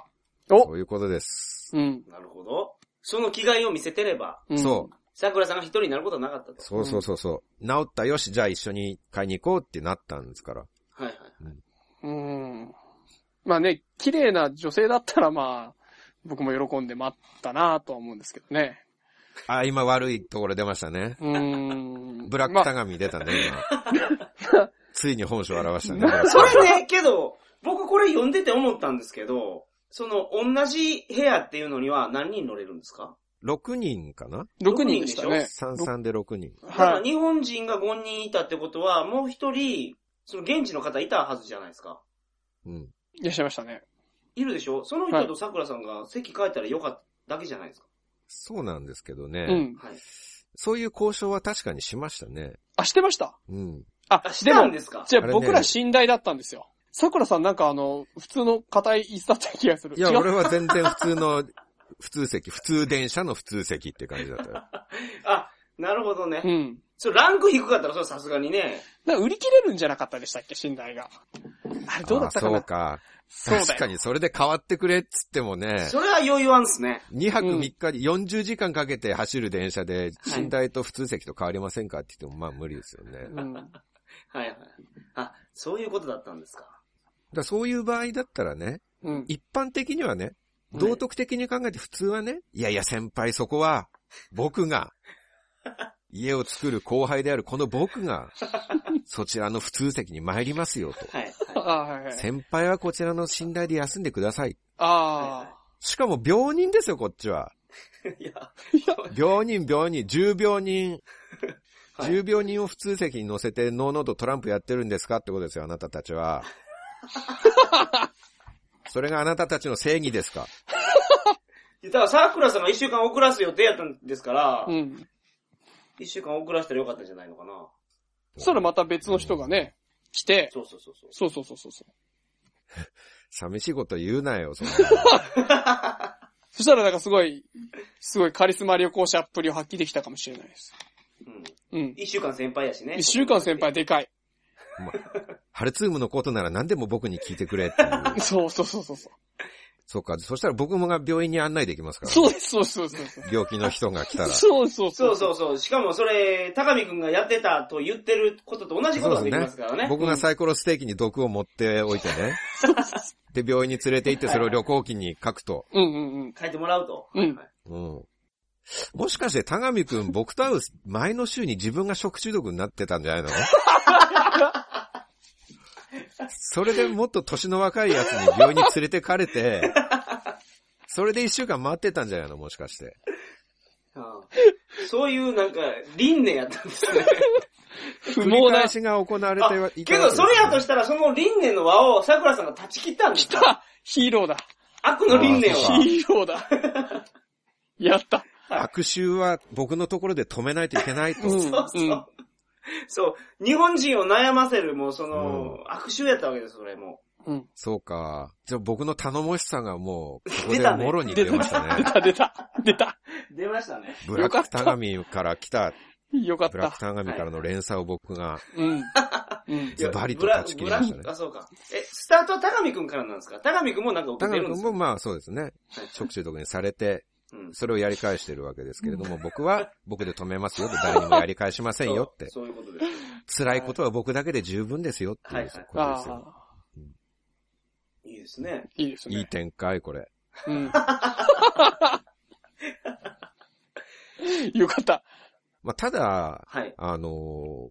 D: お
B: そういうことです。
D: うん。
C: なるほど。その気概を見せてれば、
D: うん
B: そ
C: 桜さんが一人になることはなかったと。
B: そうそうそうそう。治ったよし、じゃあ一緒に買いに行こうってなったんですから。
C: はいはい。
D: うん。まあね、綺麗な女性だったらまあ、僕も喜んで待ったなとは思うんですけどね。
B: あ、今悪いところ出ましたね。
D: うー ん。
B: ブラックタガミ出たね、今。 ついに本性を表したね。ブラック
C: そ
B: タガミ
C: れね、けど、僕これ読んでて思ったんですけど、その、同じ部屋っていうのには何人乗れるんですか
B: 6人かな
D: まあ、6人でしたね。
B: ?33 で6人。
C: だから
D: はい。
C: 日本人が5人いたってことは、もう一人、その現地の方いたはずじゃないですか。
B: うん。
D: いらっしゃいましたね。
C: いるでしょその人と桜さんが席変えたらよかっただけじゃないですか。
B: そうなんですけどね。
D: うん。
C: はい。
B: そういう交渉は確かにしましたね。
D: あ、してました
B: うん。
D: あ
C: あ、、し
D: で
C: た
D: も
C: ん、ですか
D: じゃ
B: あ
D: あ
B: れね
D: 僕ら寝台だったんですよ。桜さんなんかあの、普通の硬い椅子だった気がする。
B: いや、
D: 違う
B: 俺は全然普通の、普通席、普通電車の普通席って感じだったよ。
C: あ、なるほどね
D: う。ん。
C: それランク低かったらそれさすがにね。
D: なんか売り切れるんじゃなかったでしたっけ、寝台が。あれ どうだったか
B: あ
D: な
B: そうか。
D: そう
B: 確
D: だ
B: か
D: よ。
B: にそれで変わってくれっつってもね、
C: それは余裕あんすね。
B: 2泊
D: うん
B: 3日に40時間かけて走る電車で、
C: はい
B: 寝台と普通席と変わりませんかって言ってもまあ無理ですよね。だか
D: うん。
C: はいはい。あ、そういうことだったんですか。
B: らそういう場合だったらね、
D: うん。
B: 一般的にはね、
C: はい
B: 道徳的に考えて普通はね、いやいや先輩そこは、僕 が、家を作る後輩であるこの僕が、そちらの普通席に参りますよと。
C: はいはい。
D: ああ、はいはい。
B: 先輩はこちらの寝台で休んでください。
D: あ
B: しかも病人ですよ、こっちは。
C: いや、
B: 病人、病人、重病人。
C: はい
B: 重病人を普通席に乗せて、ノーノーとトランプやってるんですかってことですよ、あなたたちは。 それがあなたたちの正義ですか
C: だから桜さんが一週間遅らす予定やったんですから
D: あ。う、ん。
C: 一、週間遅らせたらよかったんじゃないのかな。
D: そしたらまた別の人がね、来て、
C: そうそうそうそう。
D: そうそうそうそうそう。
B: 寂しいこと言うなよ、そん な。
D: そしたらなんかすごい、すごいカリスマ旅行者っぷりを発揮できたかもしれないです。
C: うん。
D: うん。
C: 一週間先輩やしね。
D: 一週間先輩でかい。
B: ハルツームのことなら何でも僕に聞いてくれって いう。
D: そうそうそうそうそう。
B: そうか、そしたら僕もが病院に案内できますから、
D: そうです、そうです、そうです。そうです
B: 病気の人が来たら。
D: そうそうそ
C: そううそうそう。しかもそれ、高見くんがやってたと言ってることと同じことができますからね。
B: 僕がサイコロステーキに毒を持っておいてね。で、病院に連れて行ってそれを旅行記に書くと。
D: うんうんうん。
C: 書いてもらうと。
D: うん
C: はい
B: うん。もしかして、田上くん、僕と会う前の週に自分が食中毒になってたんじゃないのそれでもっと年の若いやつに病院に連れてかれて、それで一週間待ってたんじゃないのもしかして。
C: うんそういうなんか、輪廻やったんです ね。
D: 不
B: 繰り
D: 毛な
B: 返、しが行われてはいたわけ
C: けど、それやと
B: し
C: したら、その輪廻の輪を桜さんが断ち切ったんです
D: 来
C: か
D: たヒーローだ
C: 悪の輪廻
B: あ
C: は。
D: ヒーローだ やった
B: 悪臭は僕のところで止めないといけないと。
D: うん
C: そうそう。そう。日本人を悩ませる、もうその
B: う、
C: 悪臭やったわけです、それも。
D: うん。
B: そうか。じゃあ僕の頼もしさがもう、ここ
C: 出
B: で
C: たね
B: もろに出ました
D: 出
B: ね。
D: た、出た、出た。
C: 出ましたね。
B: ブラックタガミから来た、
D: よかっ
B: ブラッ
D: た
B: ク。タガミからの連鎖を僕が、
D: うん。うん。
B: ズバリと
C: ブラ
B: 断ち切りましたね
C: ブラあ、そうか。え、スタートは高見くんからなんですか高見くんもなんか送
B: タ
C: っ
B: ガ
C: て
B: ミ
C: るんで
B: 君
C: すか
B: もまあそうですね、食中毒にされて、
C: うん
B: それをやり返してるわけですけれども、僕は僕で止めますよと、誰にもやり返しませんよ って、
C: そうそういうことです。
B: 辛いことは僕だけで十分ですよっていうことですよ。
D: ああ、
C: いいですね。
D: いいです
B: いい
D: ね。
B: 展開、これ。
D: うん。 よかった。
B: まあ、ただ、
C: はい。
B: あの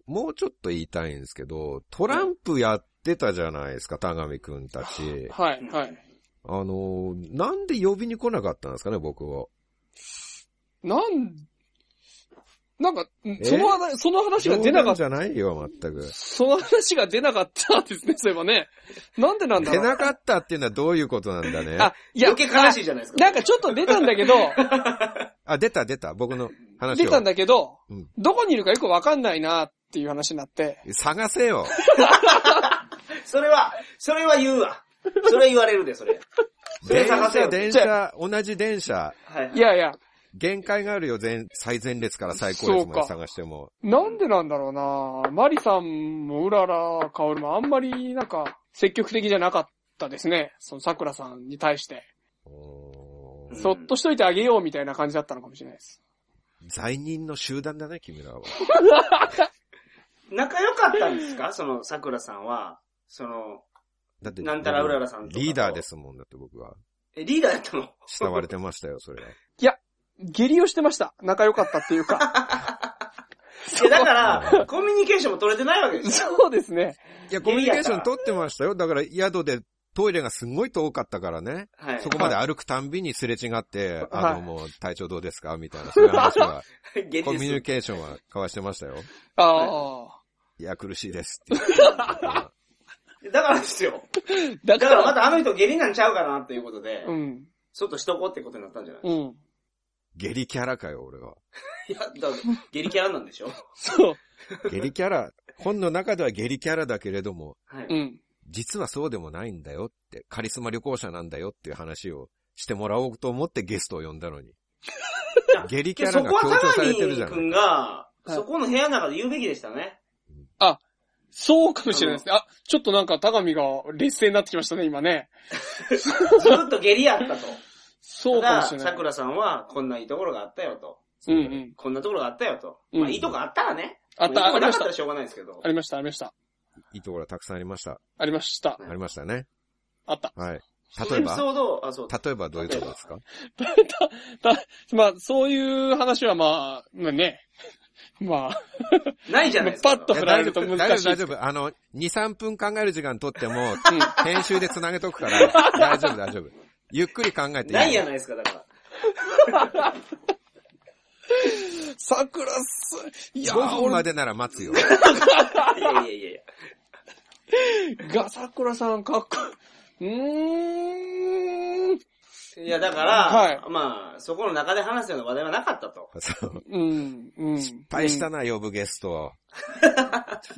B: ーもうちょっと言いたいんですけど、トランプやってたじゃないですか、田上くんたち。
D: はい、はい。
B: あのーなんで呼びに来なかったんですかね、僕を。
D: なん、なんか、その話、その話が出なか
B: 冗談
D: っ
B: じゃないよ、全 く。
D: その話が出なかったですね、そういえばね。なんでなんだ
B: 出
D: ろう。
B: なかったっていうのはどういうことなんだね。
D: あ、いや、
C: 余計悲しいじゃないですか。
D: なんかちょっと出たんだけど、
B: あ、出た出た、僕の話を。
D: 出たんだけど、
B: うん
D: どこにいるかよくわかんないなっていう話になって、
B: 探せよ。
C: それは、それは言うわ。それ言われるで、それ。それ
B: 電
C: 探せよ
B: 車、電車、同じ電車。
C: はいはい
D: い。やいや、
B: 限界があるよ、全、最前列から最高列まで探しても。
D: なんでなんだろうなマリさんもうららかおるもあんまりなんか積極的じゃなかったですね。その桜さんに対して。
B: お
C: うん
B: ー
D: そっとしといてあげようみたいな感じだったのかもしれないです。
B: 罪人の集団だね、君らは。
C: 仲良かったんですかその、桜さんは。その、
B: だって、
C: なんたらうららさんとかと
B: リーダーですもんだって僕は。
C: え、リーダーやったの
B: 慕われてましたよ、それは。
D: 下痢をしてました。仲良かったっていうか。
C: いや、だから、コミュニケーションも取れてないわ けですよ。
D: そうですね。
B: いや、コミュニケーション取ってましたよ。だから宿でトイレがすごい遠かったからね。
C: はい
B: そ。こまで歩くたんびにすれ違って、あ
D: は
B: の、
D: い
B: もう体調どうですかみたいな、そういう話は、
C: 現
B: コミュニ
C: 実。
B: ケーションは交わしてましたよ。
D: ああ。
B: いや、苦しいですって言 って。
C: だからですよ。
D: だ
C: だ
D: か
C: からま
D: ら、
C: たあの人下痢なんちゃうかなっていうことで、
D: うん。
C: ちょっとしとこうってことになったんじゃない
D: うん。
B: ゲリキャラかよ、俺は。
C: いや、だから下痢キャラなんでしょ
D: そう。
B: ゲリキャラ、本の中ではゲリキャラだけれども、
C: は
D: う
C: い。
D: ん。
B: 実はそうでもないんだよって、カリスマ旅行者なんだよっていう話をしてもらおうと思ってゲストを呼んだのに。 ゲリキャラ
C: そ
B: が
C: こは
B: 強調さ
C: 高
B: れてるじ
C: 見
B: ゃ
C: く
B: ん。
C: んが、
D: い
C: そこの部屋の中で言うべきでしたね。
D: そうかもしれないですね。あ、ちょっとなんか、高見が劣勢になってきましたね、今ね。
C: ずっと下痢やったと。
D: そうかもし
C: ただ、
D: れない。
C: 桜さんはこんないいところがあったよと。
D: うんうん。
C: こんなところがあったよと。
D: うん
C: まあ、いいとこあったらね。
D: あった、
C: ま
D: あ
C: いいとこ
D: り
C: な
D: ま
C: か
D: し
C: った
D: た
C: ら。しょうがないですけど
D: あ。りました、ありました。
B: いいところはたくさんありました。
D: ありました。
B: ありましたね。
D: あった。
B: はい。
C: そ
B: 例
C: の
B: え
C: エピ
B: ば、
C: ソード、あ、そう。
B: 例えばどういうところです か
D: まあ、そういう話はまあ、まあね。 まあ、
C: ないじゃないですか。
D: パッと
B: いや
D: 振られると
B: 大
D: 難
B: 丈夫
D: しい
B: 大丈夫。あの、2、3分考える時間取っても、 編集で繋げとくから、大丈夫、大丈夫。ゆっくり考えていいよ
C: ないやないですか、だ か
D: 桜す、いや、
B: 5分ま
D: 俺
B: でなら待つよ。
C: ら。いやいやいやいや。
D: が、桜さんかっこいい。うーん。
C: いや、だから、
D: はい
C: まあ、そこの中で話す ような話題はなかったと。
B: そう。
D: うん、うん。失
B: 大したな、呼ぶゲストを。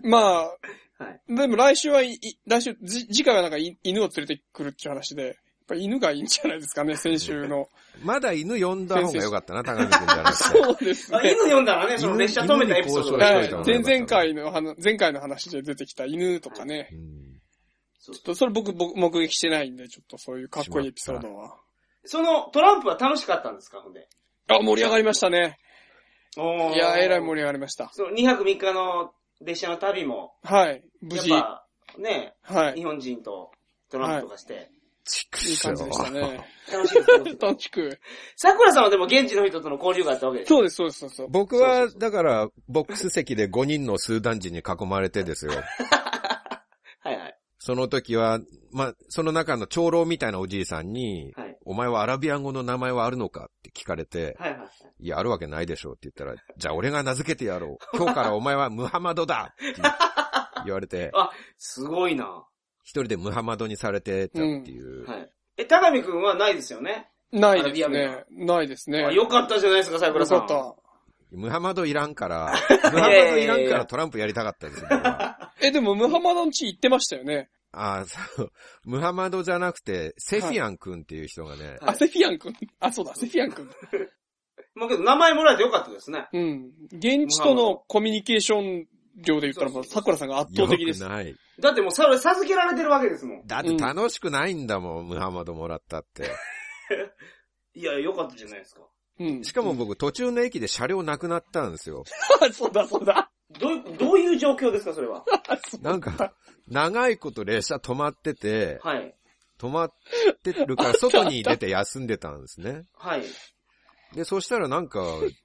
D: まあ、
C: はい
D: でも来週はい、い来週、じ、次回はなんかい犬を連れてくるっていう話で、やっぱ犬がいいんじゃないですかね、先週の。
B: まだ犬呼んだ方が良かったな、高見くんじゃなくて。
D: そうです
C: あ犬
D: ね。
C: 読んだらね、その
B: 犬
C: 列車止めたエピソード
B: 犬に
C: が
B: 交
D: は
B: 渉しといた方が
D: い
B: 良かっ。た
D: 前々回の話、前回の話で出てきた犬とかね。
B: うん
C: そう
D: ちょっとそれ僕、僕、目撃してないんで、ちょっとそういうかっこいいエピソードは。
C: そのトランプは楽しかったんですか、ほんで。
D: あ、盛り上がりましたね。
C: おー
D: いや、えらい盛り上がりました。
C: その2泊3日の列車の旅も、
D: はい。無
C: やっ
D: 事。
C: ぱ、ね、
D: はい
C: 日。本人とトランプとかして、
B: ちく
D: いい
B: しょ
D: 感じでしたね。
C: 楽しいですね。
D: 楽しく。
C: 桜さんはでも現地の人との交流があったわけです。
D: そうです、そうです、そうそう。
B: 僕は、だから、ボックス席で5人のスーダン人に囲まれてですよ。
C: はいはい。
B: その時は、まあ、その中の長老みたいなおじいさんに、
C: はい
B: お前はアラビアン語の名前はあるのかって聞かれて、
C: はいはい。
B: いや、あるわけないでしょうって言ったら、じゃあ俺が名付けてやろう。今日からお前はムハマドだって言われて、
C: すごいな。は
B: 一人でムハマドにされてたっていう。
C: い。え、高見くんはないですよね。
D: ないです
C: アラビア
D: ね。ないですね。
C: あよかったじゃないですか、桜
D: よ
C: さん。
D: かった。
B: ムハマドいらんから、ムハマドいらんからトランプやりたかったですよ。僕は
D: え、でも、ムハマドの地行ってましたよね。
B: ああ、そう。 ムハマドじゃなくて、セフィアン君っていう人がね、
C: はい
D: あ、セフィアン君。あ、そうだ、セフィアン君。
C: まあけど、名前もらえてよかったですね。
D: うん。現地とのコミュニケーション量で言ったら、もう、桜さんが圧倒的
B: く
D: です。
B: ない。
C: だってもうそれ授けられてるわけですもん。
B: だって楽しくないんだもん、ムハマドもらったって。
C: いや、よかったじゃないですか。
D: うん。
B: しかも、僕、途中の駅で車両なくなったんですよ。
D: そうだ、そうだ。
C: どう、どういう状況ですか、それは。
B: なんか、長いこと列車止まってて、
C: はい。
B: 止まってるから外に出て休んでたんですね。
C: はい。
B: で、そしたらなんか、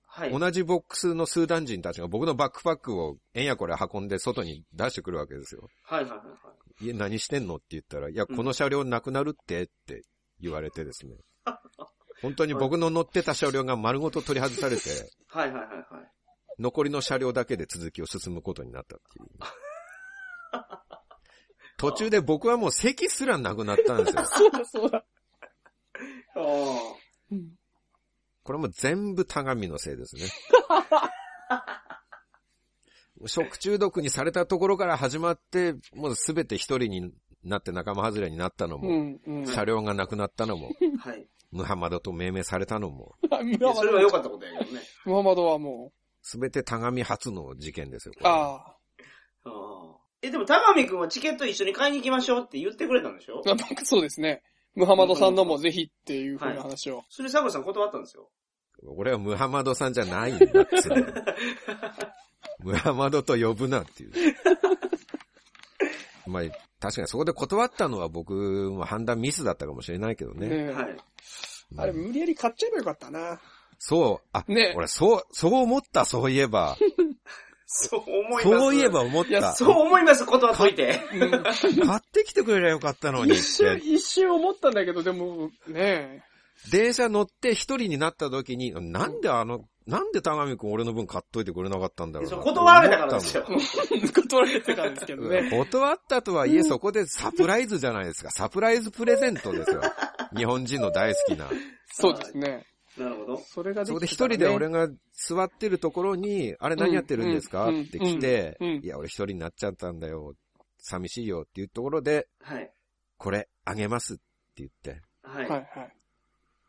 C: はい。
B: 同じボックスのスーダン人たちが僕のバックパックをえんやこれ運んで外に出してくるわけですよ。
C: はいはいはい
B: や、何してんのって言ったら、いや、この車両なくなるってって言われて ですね。本当に僕の乗ってた車両が丸ごと取り外されて、
C: いはい。はいはいはいはい。
B: 残りの車両だけで続きを進むことになったっていう。 途中で僕はもう席すらなくなったん ですよ。
D: そうだ、そうだ。
C: ああ。
D: うん
B: これも全部タガミのせいですね。 食中毒にされたところから始まって、もうすべて一人になって仲間外れになったの
D: う
B: も、
D: ん、うん。
B: 車両がなくなったのも、
C: はい。
B: ムハマドと命名されたのも、
D: ムハマ
C: いやそれは良
D: ド
C: かったことやけどね。
D: ムハマドはも
B: すべてタガミ初の事件ですよ。こ
D: う、
B: れ
D: あ
C: ああ。え、でも、高見くんはチケット一緒に買いに行きましょうって言ってくれたんでしょ
D: あ、なんかそうですね。ムハマドさんのもぜひっていうふうな話を。
C: それ、桜さん断ったんですよ。
B: 俺はムハマドさんじゃないんだっつうの ムハマドと呼ぶなっていう。 まあ、確かにそこで断ったのは僕も判断ミスだったかもしれないけどね。
D: ねえ
C: はい。
B: うん
D: あれ、無理やり買っちゃえばよかったな。
B: そう、あ、
D: ね
B: 俺、そう、そう思った、そういえば。
C: そう思います。
B: そういえば思っ
D: いや
B: た。
C: そう思います、断っといて。
D: うん
B: 買ってきてくれりゃよかったのにっ
D: 一瞬、
B: て。
D: 一瞬思ったんだけど、でも、ね
B: 電車乗って一人になった時に、なんであの、なんで田上くん俺の分買っといてくれなかったんだろうな
C: そう
B: って
C: 断られたからですよ。
D: え、 断られてたんですけど
B: うん
D: ね。
B: 断ったとはいえそこでサプライズじゃないですか。サプライズプレゼント ですよ。日本人の大好きな。
D: そうですね。
C: なるほど。
D: それが
B: そ
D: で
B: こ
D: き
B: で
D: て
B: 一
D: たらね
B: 人で俺が座ってるところに、あれ何やってるんですか
D: うんうん
B: って来て
D: うんうん、
B: いや、俺一人になっちゃったんだよ。寂しいよっていうところで、
C: はい。
B: これあげますって言って、
C: はい。
D: はいはい。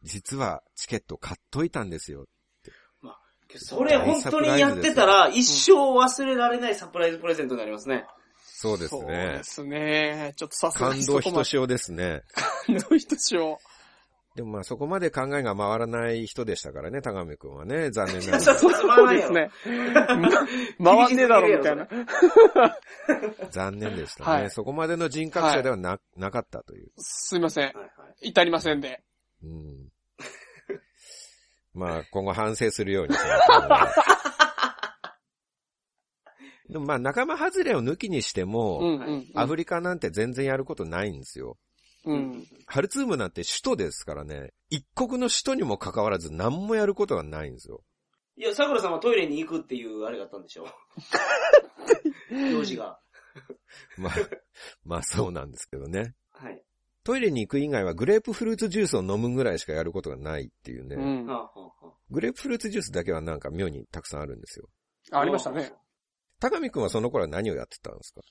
B: 実はチケット買っといたんですよ。
C: それ本当にやってたら、一生忘れられないサプライズプレゼントになりますね。
B: そうで
D: そうですね。ちょっとさすが
B: 感
D: に
B: 動
D: そこ
B: ひ
D: ま
B: と
D: で。
B: しおですね。
D: 感動ひとしお。
B: でもまあそこまで考えが回らない人でしたからね、田上くんはね、残念なが
C: そう
B: ら。
C: そう、
D: そうですね。 ま回んねえだろ、みたいな。
B: 残念でしたね。
D: はい
B: そこまでの人格者ではな、なかったという。
D: すいません。
C: はいはい。
D: 至りませんで。
B: うん。まあ今後反省する ようにしますけどでもまあ仲間外れを抜きにしても、
D: うんうん。
B: アフリカなんて全然やることないんですよ。
D: うん。
B: ハルツームなんて首都ですからね、一国の首都にもかかわらず何もやることがないんですよ。
C: いや、桜さんはトイレに行くっていうあれがあったんで しょ用事が。
B: まあ、まあそうなんですけどね。
C: はい。
B: トイレに行く以外はグレープフルーツジュースを飲むぐらいしかやることがないっていうね。
D: うん
C: は。あはあは
B: グレープフルーツジュースだけはなんか妙にたくさんあるんですよ。
D: あありましたね。。
B: 高見くんはその頃は何をやってたんですか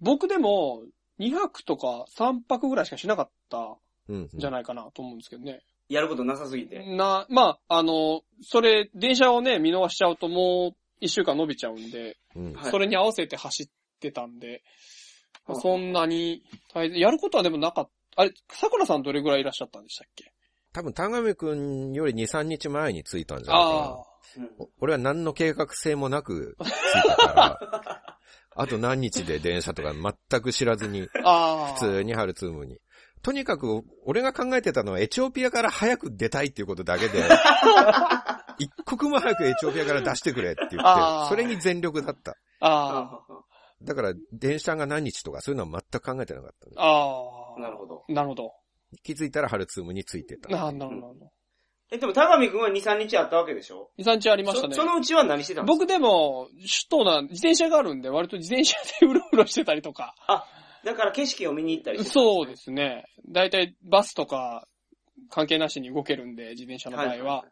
D: 僕でも、2泊とか3泊ぐらいしかしなかった
B: うん、うん。
D: じゃ
B: ない。
D: ないかなと思うんですけどね。
C: やることなさすぎて。
D: な、まあ、あの、それ、電車をね、見逃しちゃうともう1週間伸びちゃうんで、
B: うん。
C: はい
D: それに合わせて走ってたんで、まあ
C: うん
D: そんなに大変、やることはでもなかった。あれ、桜さんどれぐらいいらっしゃったんでしたっけ
B: 多分高見くんより2、3日前に着いたんじゃないか
D: あ
B: な。
C: うん
B: お俺は何の計画性もなく着いたから、 あと何日で電車とか全く知らずに、
D: あ、ああ。
B: 普通にハルツームに。とにかく、俺が考えてたのはエチオピアから早く出たいっていうことだ けで、一刻も早くエチオピアから出してくれって言って、
D: あー
B: それに全力だった。
D: あ
C: ああ
B: だから、電車が何日とかそういうのは全く考えてなかったね、
D: あ。ああ。
C: なるほど。
D: なるほど。
B: 気づいたらハルツームについてた。
D: なんだろうな。
C: え、でも、田上くんは2、3日あったわけでしょ
D: 2、3日ありましたね
C: そ。そのうちは何してたの
D: 僕でも、首都な、自転車があるんで、割と自転車でうろうろしてたりとか。
C: だから景色を見に行ったりしてた
D: そうですね。だいたいバスとか関係なしに動けるんで、自転車の場
C: はい
D: 合は。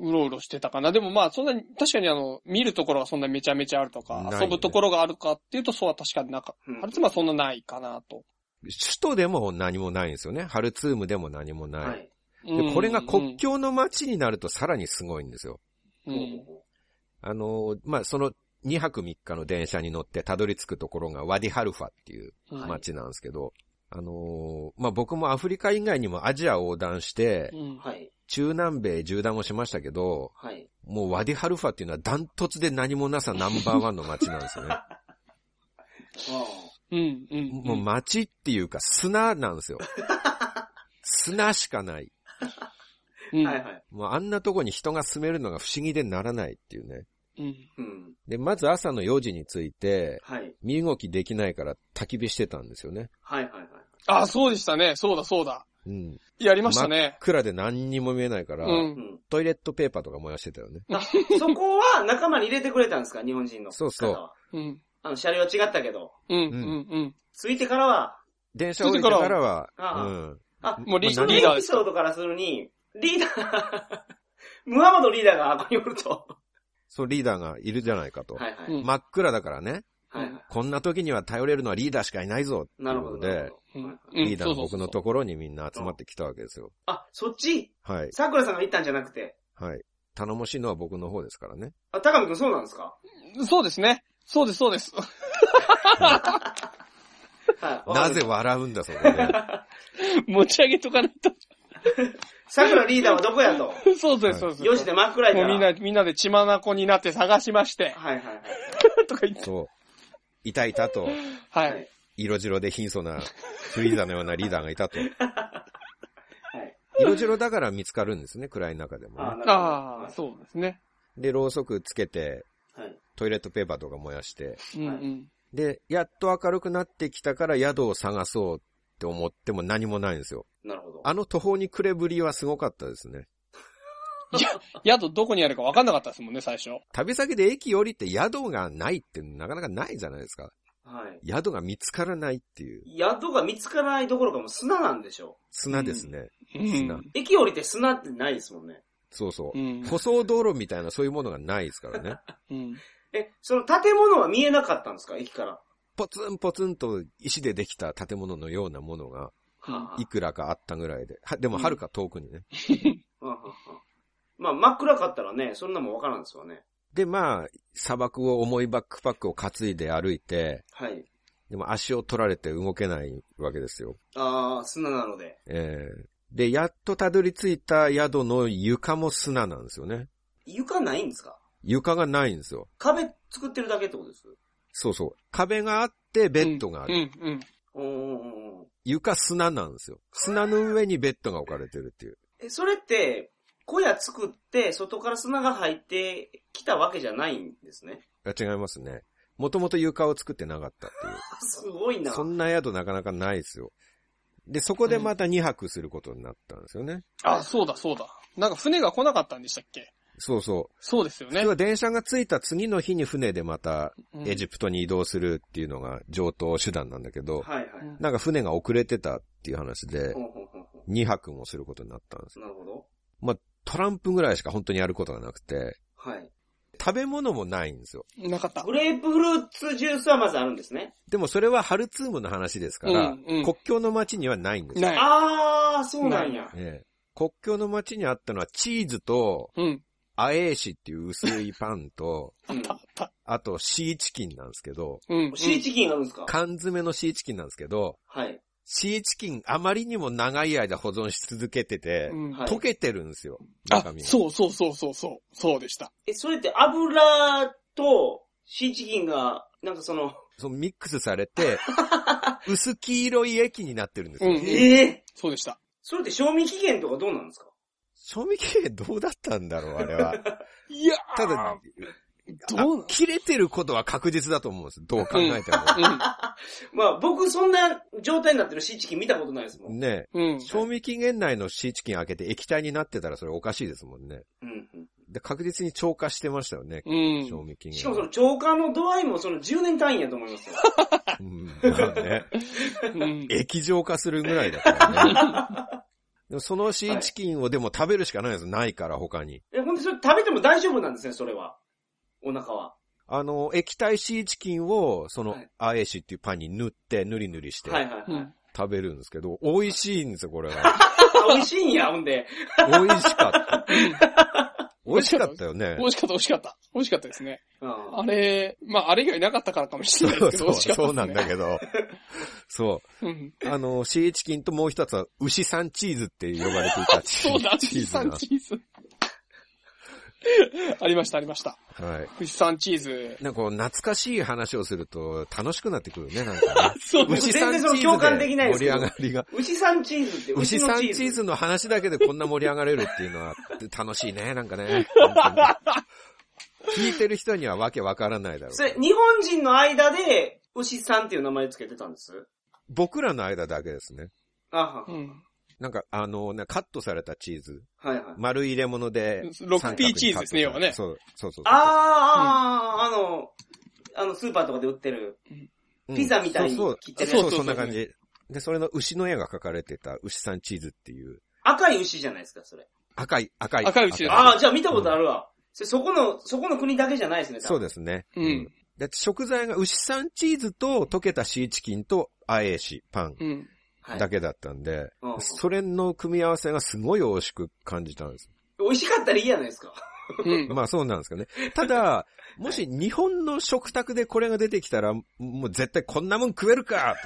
D: うろうろしてたかな。でもまあ、そんなに、確かにあの、見るところがそんなめちゃめちゃあると
B: な
D: か
B: い、ね
D: 遊ぶところがあるかっていうと、そうは確かになか
C: うん
D: あるつまりそんなないかなと。
B: 首都でも何もないんですよね。ハルツームでも何もない。
C: はい。
D: う
B: で、
D: ん
B: これが国、境の街になるとさらにすごいんですよ。
D: うんうん
B: あのー、まあ、その2泊3日の電車に乗ってたどり着くところがワディハルファっていう
D: うん
B: 街なんですけど、あのー、まあ、僕もアフリカ以外にもアジアを横断して、
D: うん
C: はい。
B: 中南米縦断をしましたけど、
C: はい。
B: もうワディハルファっていうのはダントツで何もなさナンバーワンの街なんですよ ね。
D: うん。うん。
B: もう街っていうか砂なんですよ。砂しかない。
D: う
C: うんん。はいはい。
B: もうあんなとこに人が住めるのが不思議でならないっていうね。
D: うん。
C: うん。
B: で、まず朝の4時に着いて、
C: はい。
B: 身動きできないから焚き火してたんですよね。
C: はいはいはい。
D: あ、そうでしたね。そうだ、そうだ。
B: うん。
D: やりましたね。
B: 蔵で何にも見えないから、
D: う。
C: うんん。
B: トイレットペーパーとか燃やしてたよね。
C: そこは仲間に入れてくれたんですか日本人の方は。
B: そうそう
D: うん。
C: あの、車両違ったけど。
D: うん。うん。うん。
C: 着いてからは、
B: 電車降りてからは、
C: ああ
B: うん。
C: あ、
D: もうリ
B: ま
D: ス
B: あ
D: ト
B: 何
D: リー
C: このエ
D: ダーで
C: ピ
D: す。
C: ソードからするに、リーダー、 ムハマドリーダーがここにおると。
B: そうリーダーがいるじゃないかと。
C: はいはい。
D: うん
B: 真っ暗だからね、
C: はいはい。
B: こんな時には頼れるのはリーダーしかいないぞってい
C: なる
B: う
C: ほ
B: の
C: ど。なる
B: で、
C: ほどはいはい
D: うん
B: リーダーの僕のところにみんな集まってきたわけですよ。
C: あ、そっち
B: はい。
C: 桜さんが行ったんじゃなくて。
B: はい。頼もしいのは僕の方ですからね。
C: あ、高見くんそうなんですか
D: そうですね。そうです、そうです。
C: はい。
B: なぜ笑うんだ、そこで。
D: 持ち上げとかないと。
C: 桜リーダーはどこやと。
D: そうです、そうです。
C: 4時で真っ暗やか
D: もう
C: ら。
D: みんな、みんなで血眼になって探しまして、
C: はいはいはい。
D: とか言って。
B: そう。いたいたと、
D: は
C: はい
D: い。
B: 色白で貧相な、フリーザのようなリーダーがい たと。
C: はい。
B: 色白だから見つかるんですね、暗い中でも
C: あ
B: ね、
C: ー、なるほど。
D: ああ、そうですね。
B: で、ろうそくつけて、
C: はい。
B: トイレットペーパーとか燃やして、
D: うんうん。
B: で、やっと明るくなってきたから宿を探そうって思っても何もないんですよ。
C: なるほど。
B: あの途方に暮れぶりはすごかったですね。
D: 宿どこにあるか分かんなかったですもんね、最初。
B: 旅先で駅降りて宿がないってなかなかないじゃないですか。
C: はい。
B: 宿が見つからないっていう
C: 宿が見つからないどころかもう砂なんでしょ
B: 砂ですね。
D: う
B: 砂
D: ん。
C: う。駅降りて砂ってないですもんね。
B: そうそうう。
D: ん。
B: 舗装道路みたいなそういうものがないですからね。
D: うん。
C: え、その建物は見えなかったんですか駅から。は
B: ポツンポツンと石でできた建物のようなものが
C: あはあ
B: いくらかあったぐらいで。はでも遥か遠くにね。
C: はあはあまあ、真っ暗かったらね、そんなもんわからんですわね。
B: で、まあ、砂漠を重いバックパックを担いで歩いて、
C: はい。
B: でも足を取られて動けないわけですよ。
C: ああ、砂なので。
B: えーで、やっとたどり着いた宿の床も砂なんですよね。
C: 床ないんですか
B: 床がないんですよ。
C: 壁作ってるだけってことです
B: そうそう。壁があってベッドがある。
D: うん、うん。
C: おーおーおー
B: 床砂なんですよ。砂の上にベッドが置かれてるっていう。
C: え、それって、小屋作って、外から砂が入ってきたわけじゃないんですね。
B: あ違いますね。もともと床を作ってなかったっていう。
C: あすごいな。
B: そんな宿なかなかないですよ。で、そこでまた2泊することになったんですよね。
D: あ、そうだ、そうだ。なんか船が来なかったんでしたっけ
B: そうそ
D: そうですよ
B: う。今
D: ね
B: 日。は電車が着いた次の日に船でまたエジプトに移動するっていうのが上等手段なんだけど、
C: はいはい。
D: うん
B: なんか船が遅れてたっていう話で
C: ほ、んほんほんほ
B: 2泊もすることになったんです
C: ん
B: よ。
C: なるほど。
B: トランプぐらいしか本当にやることがなくて、
C: はい。
B: 食べ物もないんですよ。
D: なかった
C: グ。レープフルーツジュースはまずあるんですね。
B: でもそれはハルツームの話ですか
D: う
B: ら、
D: ん、うん
B: 国。境の街にはないんですよ。
D: ない。
C: ああ、そうなんや。
B: ええ国境の街にあったのはチーズと、
D: うん。
B: アエーシっていう薄いパンと、
C: うん
D: あった。
B: あとシーチキンなんですけど、
D: うん。
C: シーチキンあるんですか
B: 缶詰のシーチキンなんですけど、
C: はい。
B: シーチキンあまりにも長い間保存し続けてて、
D: うん
C: はい
B: 溶けてるんですよ。
D: あ
B: 中、身が
D: そうそうそうそうそう。そうでした。
C: え、それって油とシーチキンが、なんかその、
B: そのミックスされ て、薄黄色い液になってるんですよ。
D: うん
C: ええ
D: そうでした。
C: それって賞味期限とかどうなんですか
B: 賞味期限どうだったんだろう、あれは。
D: いやー
B: ただ、
D: どうなの
B: 切れてることは確実だと思うんです。どう考えても。
C: まあ僕そんな状態になってるシーチキン見たことないです もん。
B: ねえ。
D: うん。うん。
B: 賞味期限内のシーチキン開けて液体になってたらそれおかしいですもんね。
C: うんうん
B: で、確実に超過してましたよね。
D: うん。
B: 賞味期限。
C: しかもその超過の度合いもその10年単位やと思い ますよ。
B: うんまあね
D: うん。
B: 液状化するぐらいだからね。 でもそのシーチキンをでも食べるしかないんです。ないから他に。
C: え、ほんでそれ食べても大丈夫なんですね、それは。お腹は。
B: あの、液体シーチキンを、その
C: はい、
B: アエシっていうパンに塗って、塗り塗りして
C: はいはいはい。
D: うん
B: 食べるんですけど、美味しいんですよ、これが。
C: あ美味しいん や、ほんで。
B: 美味しかった。美味しかったよね
D: 美。味しかった、美味しかった。美味しかったですね。
C: うん
D: あれ、まあ、あれ以外なかったからかもしれない
B: そ
D: で
B: う
D: すけど、
B: そ
D: 美
B: う、
D: 味しかっ
B: そ
D: たで
B: う
D: すね。
B: なんだけど。そ
D: うん。
B: う。あの、シーチキンともう一つは、牛さんチーズって呼ばれていたチ
D: そうだ、
B: チー
D: 富士
B: ズな
D: 山
B: んです
D: チーズ。 ありました、ありました。
B: はい。
D: 富士山チーズ。
B: なんかこう、懐かしい話をすると、楽しくなってくるね、なんかね。
D: そう
C: です
B: 牛さんチーズで盛り上がりが。
C: 牛さんチーズって、
B: 牛
C: の
B: さんチーズの話だけでこんな盛り上がれるっていうのは楽しい ね、なんかね。本当に聞いてる人にはわけわからないだろう
C: そ。れ、日本人の間で、牛さんっていう名前つけてたんです。
B: 僕らの間だけですね。
C: あは
D: う、ん。
B: なんか、あの、ね、カットされたチーズ。
C: はいはい。
B: 丸入れ物で。
D: 6P
B: 三角に
D: チーズですね
B: カットされた
D: 要はね
B: そう、そうそうそう。
C: あーあー、あの、あの、スーパーとかで売ってる。
B: うん
C: ピザみたいに
B: そう
C: 切って
B: そう、
C: る
B: そう
D: そ
B: そ
D: うそう
B: んな感じ。で、それの牛の絵が描かれてた牛さんチーズっていう。
C: 赤い牛じゃないですか、それ。
B: 赤い、赤い。
D: 赤い牛です
C: ああ、じゃあ見たことあるわ。そそこの、そこの国だけじゃないですね、
B: そう
C: で
B: ですね。
D: うん。
B: だって食材が牛さんチーズと溶けたシーチキンとアエーシ、パン
D: うん。
C: す。はい
B: だけだったんで、
C: うん
B: それの組み合わせがすごい美味しく感じたんです。
C: 美味しかったらいいやないですか。
D: うん。
B: まあそうなんですけどね。た だ、もし日本の食卓でこれが出てきたら、もう絶対こんなもん食えるか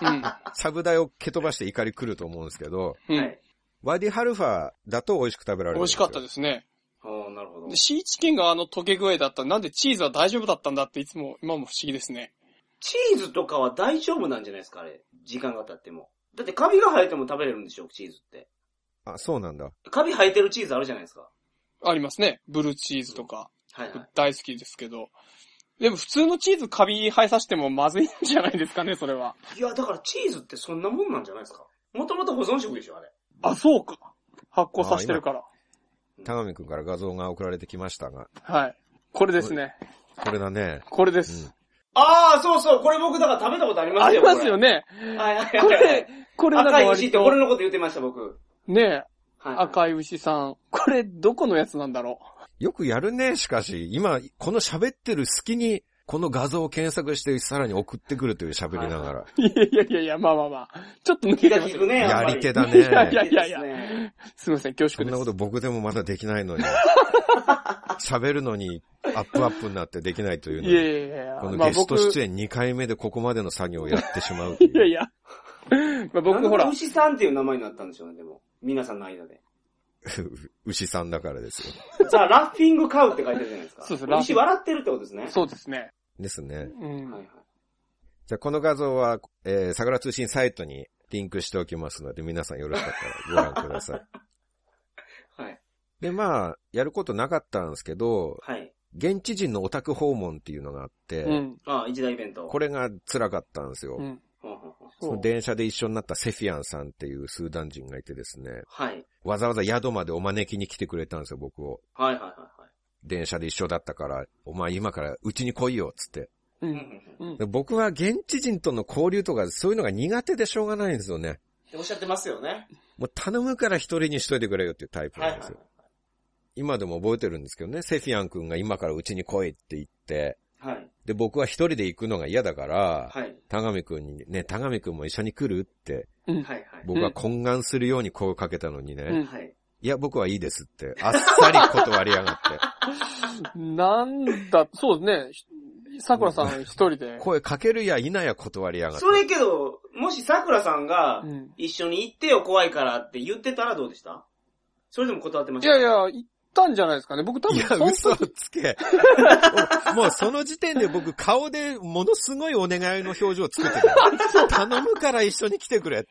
B: と、
D: うん。
B: サブ台を蹴飛ばして怒り来ると思うんですけど、
D: うん
C: はい。
B: ワディハルファだと美味しく食べられる。
D: 美味しかった
B: すよ。
D: ですね。
C: ああ、なるほど。
D: でシーチキンがあの溶け具合だったらなんでチーズは大丈夫だったんだっていつも、今も不思議ですね。
C: チーズとかは大丈夫なんじゃないですか、あれ。時間が経っても。だってカビが生えても食べれるんでしょ、チーズって。
B: あ、そうなんだ。
C: カビ生えてるチーズあるじゃないですか。
D: ありますね。ブルーチーズとか、
C: はいはい。
D: 大好きですけど。でも普通のチーズカビ生えさせてもまずいんじゃないですかね、それは。
C: いや、だからチーズってそんなもんなんじゃないですか。もともと保存食でしょ、あれ。
D: あ、そうか。発酵させてるから。
B: 田上くんから画像が送られてきましたが、
D: はい。これですね。
B: これだね。
D: これで
B: うん
D: す。
C: ああ、そうそう、これ僕だから食べたことありま
D: あ
C: すよ。
D: りますよね。
C: これ。はいはい
D: こ
C: はいは
D: れ
C: い。、
D: これなんか
C: 赤い牛っ
D: 割
C: て俺
D: と、
C: のこと言ってました、僕。
D: ねえ、
C: はい。
D: 赤い牛さん。これ、どこのやつなんだろ
B: よくやるね、しかし。今、この喋ってる隙に、この画像を検索して、さらに送ってくるという喋りながら。
D: う。いやいやいやいや、まあまあまあ。ちょっと抜け
C: 気
D: て
C: が
D: ま
C: 利
D: す
C: くね、
B: やり手だ
D: い やいや
B: ね。
C: いやいや。
D: すみません、
B: そ
D: 恐縮
B: ん
D: で
B: なこ
D: す。
B: と僕でもまだできない のに。喋るのに、アップアップになってできないというの
D: いやい
B: に。
D: やいや
B: こ、
D: ま
B: の
D: あ
B: ゲス
D: 僕、
B: ト
D: い
B: 出演2回目でここまでの作業をやってしまう という。
D: やいや。 まあ僕
C: 僕
D: ほ
C: ほら。
D: ら、
C: 牛さんっていう名前になったんでしょうね、でも。皆さんの間で。
B: 牛さんだからですよ。
C: さあ、ラッフィングカウって書いてるじゃないですか。
D: そうですラッフィン
C: 牛笑ってるってことですね。
D: そうですね。
B: ですね。
D: う
C: はいは
D: ん
C: い。。
B: じゃあこの画像は、えー、桜通信サイトにリンクしておきますので、皆さんよろしかったらご覧くだ さい。
C: はい。
B: で、まあ、やることなかったんですけど、
C: はい。
B: 現地人のオタク訪問っていうのがあって、
D: うん。
C: ああ、一大イベント。
B: これが辛かったんですよ。
D: うん。
C: ほんほんほん
B: そ
D: そ
B: の
D: う。
B: 電車で一緒になったセフィアンさんっていうスーダン人がいてですね、
C: はい。
B: わざわざ宿までお招きに来てくれたんですよ、僕を。
C: はいはいは
B: 電車で一緒だったから、お前今からうちに来いよ、つって。
D: う
C: いはい。うんう
D: ん。
C: ん
D: うん
B: で僕は現地人との交流とかそういうのが苦手でしょうがないんですよね。
C: うん。おっしゃってますよね。
B: もう頼むから一人にしといてくれよっていうタイプ
C: はい
B: なん
C: はい
B: ですよ。。今でも覚えてるんですけどね、セフィアン君が今からうちに来いって言って、
C: はい。
B: で、僕は一人で行くのが嫌だから、
C: はい。
B: 田上くんにね、田上くんも一緒に来るって、
D: うん。
C: はい
B: 僕は懇願するように声をかけたのにね、
D: うん
C: はい。はい。
B: いや、僕はいいですって、あっさり断りやがっ
D: なんだ、そうですね。桜さん一
B: て、
D: 人で。
B: 声かけるや否や断りやがって
C: そ、れけど、もし桜さんが
D: う、ん。
C: 一緒に行ってよ怖いからって言ってたらどうでしたそれでも断ってまし
D: い
C: た
D: やいや、行ったんじゃないですかね。僕多
B: い
D: 分
B: や、
D: その
B: 嘘
D: 時
B: をつけ。 もうその時点で僕顔でものすごいお願いの表情を作って たよ。頼むから一緒に来てくれって。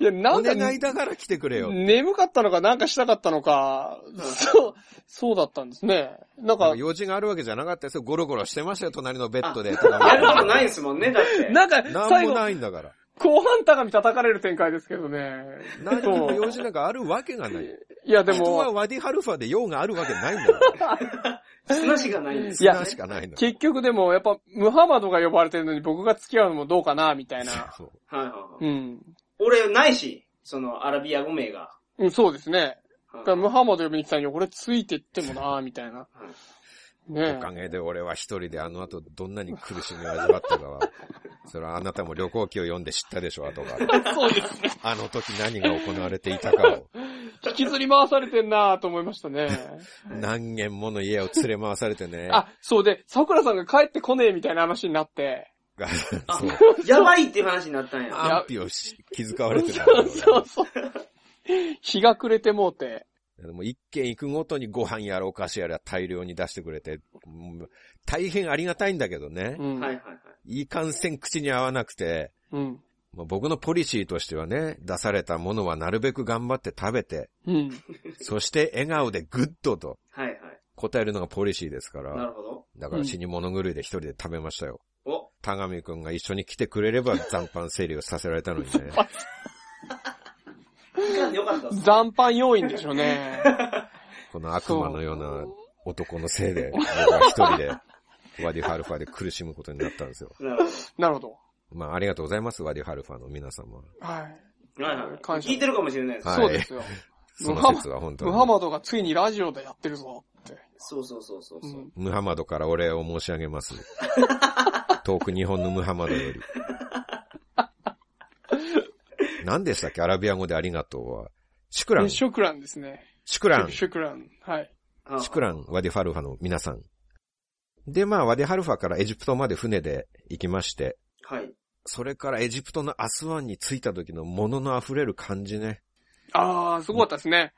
D: いや、な
B: お
D: んか、
B: 願いだから来てくれよ。
D: 眠かったのか、なんかしたかったのか、そう、そうだったんですね。なん
B: なん
D: か
B: か、用事があるわけじゃなかったですよ。ゴロゴロしてましたよ、隣のベッド で。
C: やることない
B: い
C: んですもんね、だって。
D: なんか、
B: なん
D: 最
B: も
D: 後、
B: ないんだから。
D: 後半高み叩かれる展開ですけどね。
B: 何
D: そ
B: も
D: う
B: 用事なんかあるわけがない。
D: い や、で
B: 人は
D: も、
B: ワディハルファで用があるわけないんだから。
C: 砂しかないんです
D: いや
B: 砂しかないんだか
D: 結局でも、やっぱ、ムハマドが呼ばれてるのに僕が付き合うのもどうかな、みたい
B: ら
D: な。
B: そう
C: はいはいはい。
D: うん。
C: 俺、ないし、その、アラビア語名が。
D: うん、そうですね。
C: は
D: だ
C: い
D: からムハマド呼びに来たのに、俺ついてってもな、みたいな。ね
B: おかげで俺は一人であの後どんなに苦しみを味わったかは、それはあなたも旅行記を読んで知ったでしょ、後が。
D: え。 そうですね。
B: あの時何が行われていたかを。
D: 引きずり回されてんなと思いましたね。
B: 何軒もの家を連れ回されてね。
D: あ、そうで、桜さんが帰ってこねえみたいな話にな って。
B: が
C: あ
B: そう。
C: やばいっていう話になったんや。
B: 安否をし気遣われてた
D: そうそうそう。日が暮れてもうて。
B: でも一軒行くごとにご飯やらお菓子やら大量に出してくれて、うん大変ありがたいんだけどね
D: う。ん。
C: はいはいはい。
B: いい感染口に合わなくて、
D: うん。
B: まあ僕のポリシーとしてはね、出されたものはなるべく頑張って食べて、
D: うん。
B: そして笑顔でグッドと
C: はいはい。
B: 答えるのがポリシーですか
C: な
B: ら、
C: るほど。
B: だから死に物狂いで一人で食べましたよ。
C: お、
B: 田上くんが一緒に来てくれれ ば残飯整理をさせられたのにね。
C: いかんでよかったっす。
D: 残飯要因でしょ うね。
B: この悪魔のような男のせいで、僕は一人で、ワディ・ハルファで苦しむことになったんですよ。
C: なるほ
D: なるほど。
B: まあ、ありがとうございます、ワディ・ハルファの皆様。
D: はい。
C: ど。はいはい。
D: 感謝
C: 聞いてるかもしれないです。
B: はい
D: そうですよ。
B: その説は本当
D: ムハ
B: に。
D: マドがついにラジオでやってるぞって。
C: そうそうそうそう
D: う
C: そう。
D: ん。
B: ムハマドからお礼を申し上げ ます。遠く日本のムハマドより。何でしたっけアラビア語でありがとうは。シクラン。シ
D: シュクランですね。
B: クラン。
D: シュクラン。はい。
C: はあ
B: シクラン、ワディ・ハルファの皆さん。で、まあ、ワディ・ハルファからエジプトまで船で行きまして、
C: はい。
B: それからエジプトのアスワンに着いた時の物の溢れる感じね。
D: あー、すごかったですね。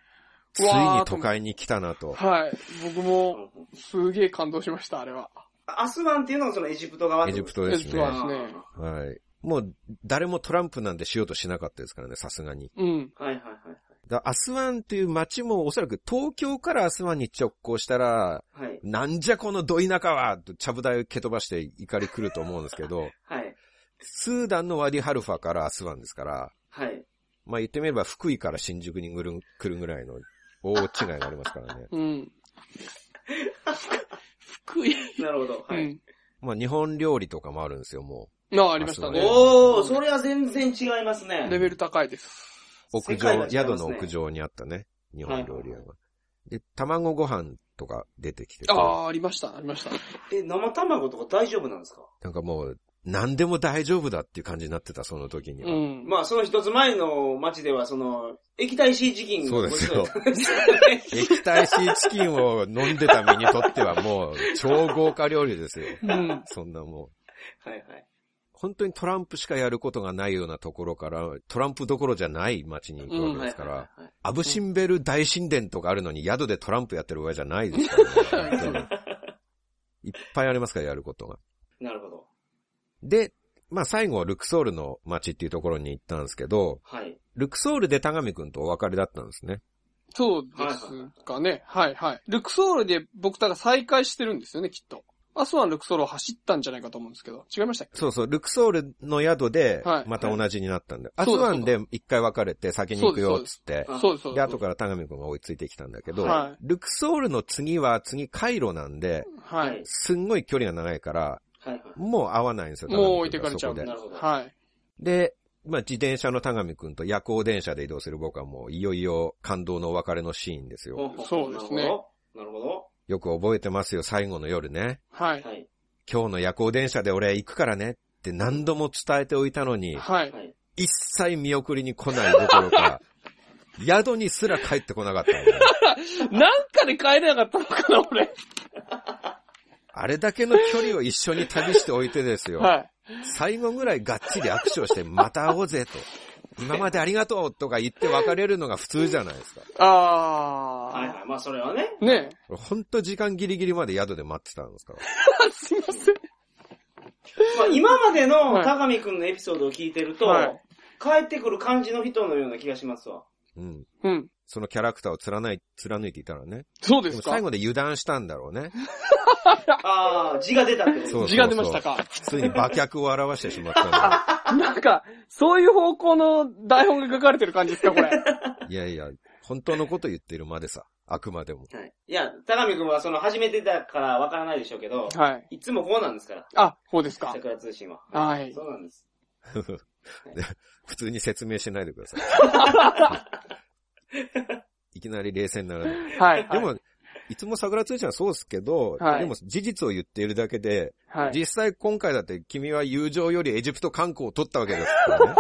B: ついう
D: わ
B: に
D: ーと
B: 都会に来たなと。
D: はい。僕
C: う
D: も、
C: んうん
D: すげえ感動しました、あれは。
C: アスワンっていうのがそのエジプト側っ
B: エ
C: て
B: ジ
C: こ
B: プ
C: と
B: ト
D: エ
B: で
D: ジ
B: す
D: プト
B: ね。
D: は
B: は
D: です
C: あ
D: ね。
B: い。もう、誰もトランプなんでしようとしなかったですからね、さすがに。
D: うん。
C: はいはいは
B: だアスワンっていう街もおそらく東京からアスワンに直行したら、
C: い。はい。
B: なんじゃこのど田舎はとちゃぶ台を蹴飛ばして怒り来ると思うんですけど、
C: はい。
B: スーダンのワディハルファからアスワンですから、
C: はい。
B: まあ言ってみれば福井から新宿にぐる来るぐらいの大違いがありますから ね。
D: うん。福井。
C: なるほど。
D: う
C: はい。
D: ん。
B: まあ日本料理とかもあるんですよ、もう。
D: なあ、ありましたね。
C: おー、それは全然違いますね。
D: レベル高いです。
B: 屋
C: 世界が違
B: 上、
C: いますね
B: 宿の屋上にあったね、日本料理屋が。で、卵ご飯とか出てきてて
D: あ、あ、ありました、ありました。
C: え、生卵とか大丈夫なんですか
B: なんかもう、何でも大丈夫だっていう感じになってた、その時に
D: う
B: は。
D: ん。
C: まあ、その一つ前の街では、その、液体シーチキン
B: そうですよ
C: ごちそうだったんですよね
B: 液体シーチキンを飲んでた身にとってはもう、超豪華料理ですよ。
D: うん。
B: そんなもう。
C: はいはい。
B: 本当にトランプしかやることがないようなところから、トランプどころじゃない街に行くわけ
C: は
B: で
C: い
B: すから、
C: はいはい。
B: アブシンベル大神殿とかあるのに宿でトランプやってる場合じゃないですから、ね、本 当にいっぱいありますから、やることが。
C: なるほど。
B: で、まあ最後、ルクソールの街っていうところに行ったんですけど、
C: はい。
B: ルクソールで田上くんとお別れだったんですね。
D: そうですかね。はいはい。ルクソールで僕たが再会してるんですよね、きっと。アスワンルクソールを走ったんじゃないかと思うんですけど。違いましたっけ
B: そうそう、ルクソールの宿で
D: は、い
B: また同じになったんで、
D: い
B: アスワンで一回別れて先に行くよっつって、
C: そう
D: そうです、そう
B: で、
D: です。
B: 後から田上くんが追いついてきたんだけど、
D: はい
B: ルクソールの次は次カイロなんで、
D: は
C: はい
D: い。
B: すんごい距離が長いから、
C: はいは
B: もう会わないんですよ、
D: もう置いてかれちゃう
B: 田上君
C: い。
B: が
C: なる
B: そこ
C: ほど。
D: はい。
B: で。で、まあ自転車の田上くんと夜行電車で移動する僕はもういよいよ感動のお別れのシーンですよ。
C: ほほ
D: そうですね
C: なるほど。なるほど。
B: よく覚えてますよ、最後の夜ね。
D: はい。
C: はい。
B: 今日の夜行電車で俺行くからねって何度も伝えておいたの に、
D: はい。
C: はい。
B: 一切見送りに来ないどころか、宿にすら帰ってこなかったんだよ
D: なんかで帰れなかったのかな、俺。
B: あれだけの距離を一緒に旅しておいてですよ。
D: はい。
B: 最後ぐらいがっちり握手をして、また会おうぜと。今までありがとうとか言って別れるのが普通じゃないですか。
D: あー。
C: はいはい。まあ、まあそれはね。
D: ね
B: 俺ほんと時間ギリギリまで宿で待ってたんですから。
D: え。すいません。
C: まあ今まで
D: は
C: の
D: い
C: 高見くんのエピソードを聞いてると、
D: はい
C: 帰ってくる感じの人のような気がしますわ。
B: うん。
D: うん。
B: そのキャラクターを貫い、貫いていたらね。
D: そうで
B: ですも
D: か
B: 最。後で油断したんだろうね。
C: ああ、字が出たってこと
B: そう
D: 字が出ましたか。
B: 普通に馬脚を表してしまったんだ。
D: なんか、そういう方向の台本が書かれてる感じですか、これ。
B: いやいや、本当のこと言ってるまでさ。あくまでも。
C: はい。いや、高見くんはその初めてだからわからないでしょうけど、
D: はい。
C: いつもこうなんですから、
D: あ、そうですか。
C: 桜通信は。
D: はい
C: そうなんです。
B: 普通に説明しないでください。いきなり冷静にならない。
D: はい。
B: でも、い、つも桜通信はそうですけど、
D: はい
B: でも事実を言っているだけで、
D: はい、
B: 実際今回だって君は友情よりエジプト観光を取ったわけですからね。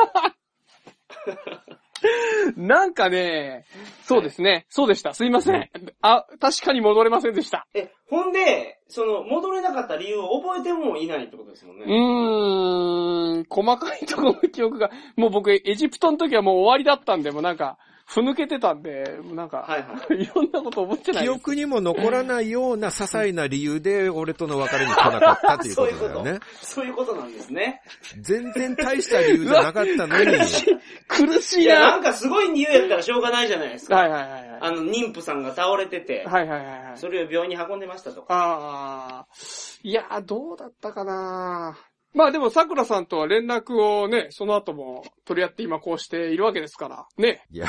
D: なんかね、そうですね。そうでした。すいません。あ、確かに戻れませんでした。
C: え、ほんで、その、戻れなかった理由を覚えてもいないってことですもんね。
D: うーん、細かいところの記憶が、もう僕、エジプトの時はもう終わりだったんで、もうなんか、ふぬけてたんで、もうなんか、
C: はいはい。
D: い、ろんなこと覚えてない
B: 記
D: です。
B: 憶にも残らないような些細な理由で俺との別れに来なかったっていうことだよね。
C: そういうことなんですね。
B: 全然大した理由じゃなかったのに、
D: 苦しい、 苦し
C: い
D: い
C: や、な
D: な。
C: んかすごい理由やったらしょうがないじゃないですか。
D: はいはいはいはい。
C: あの、妊婦さんが倒れてて、
D: はいはいはいはい。
C: それを病院に運んでましたとか。
D: ああ、いやー、どうだったかなまあでも、桜さんとは連絡をね、その後も取り合って今こうしているわけですから。ね。
B: いや、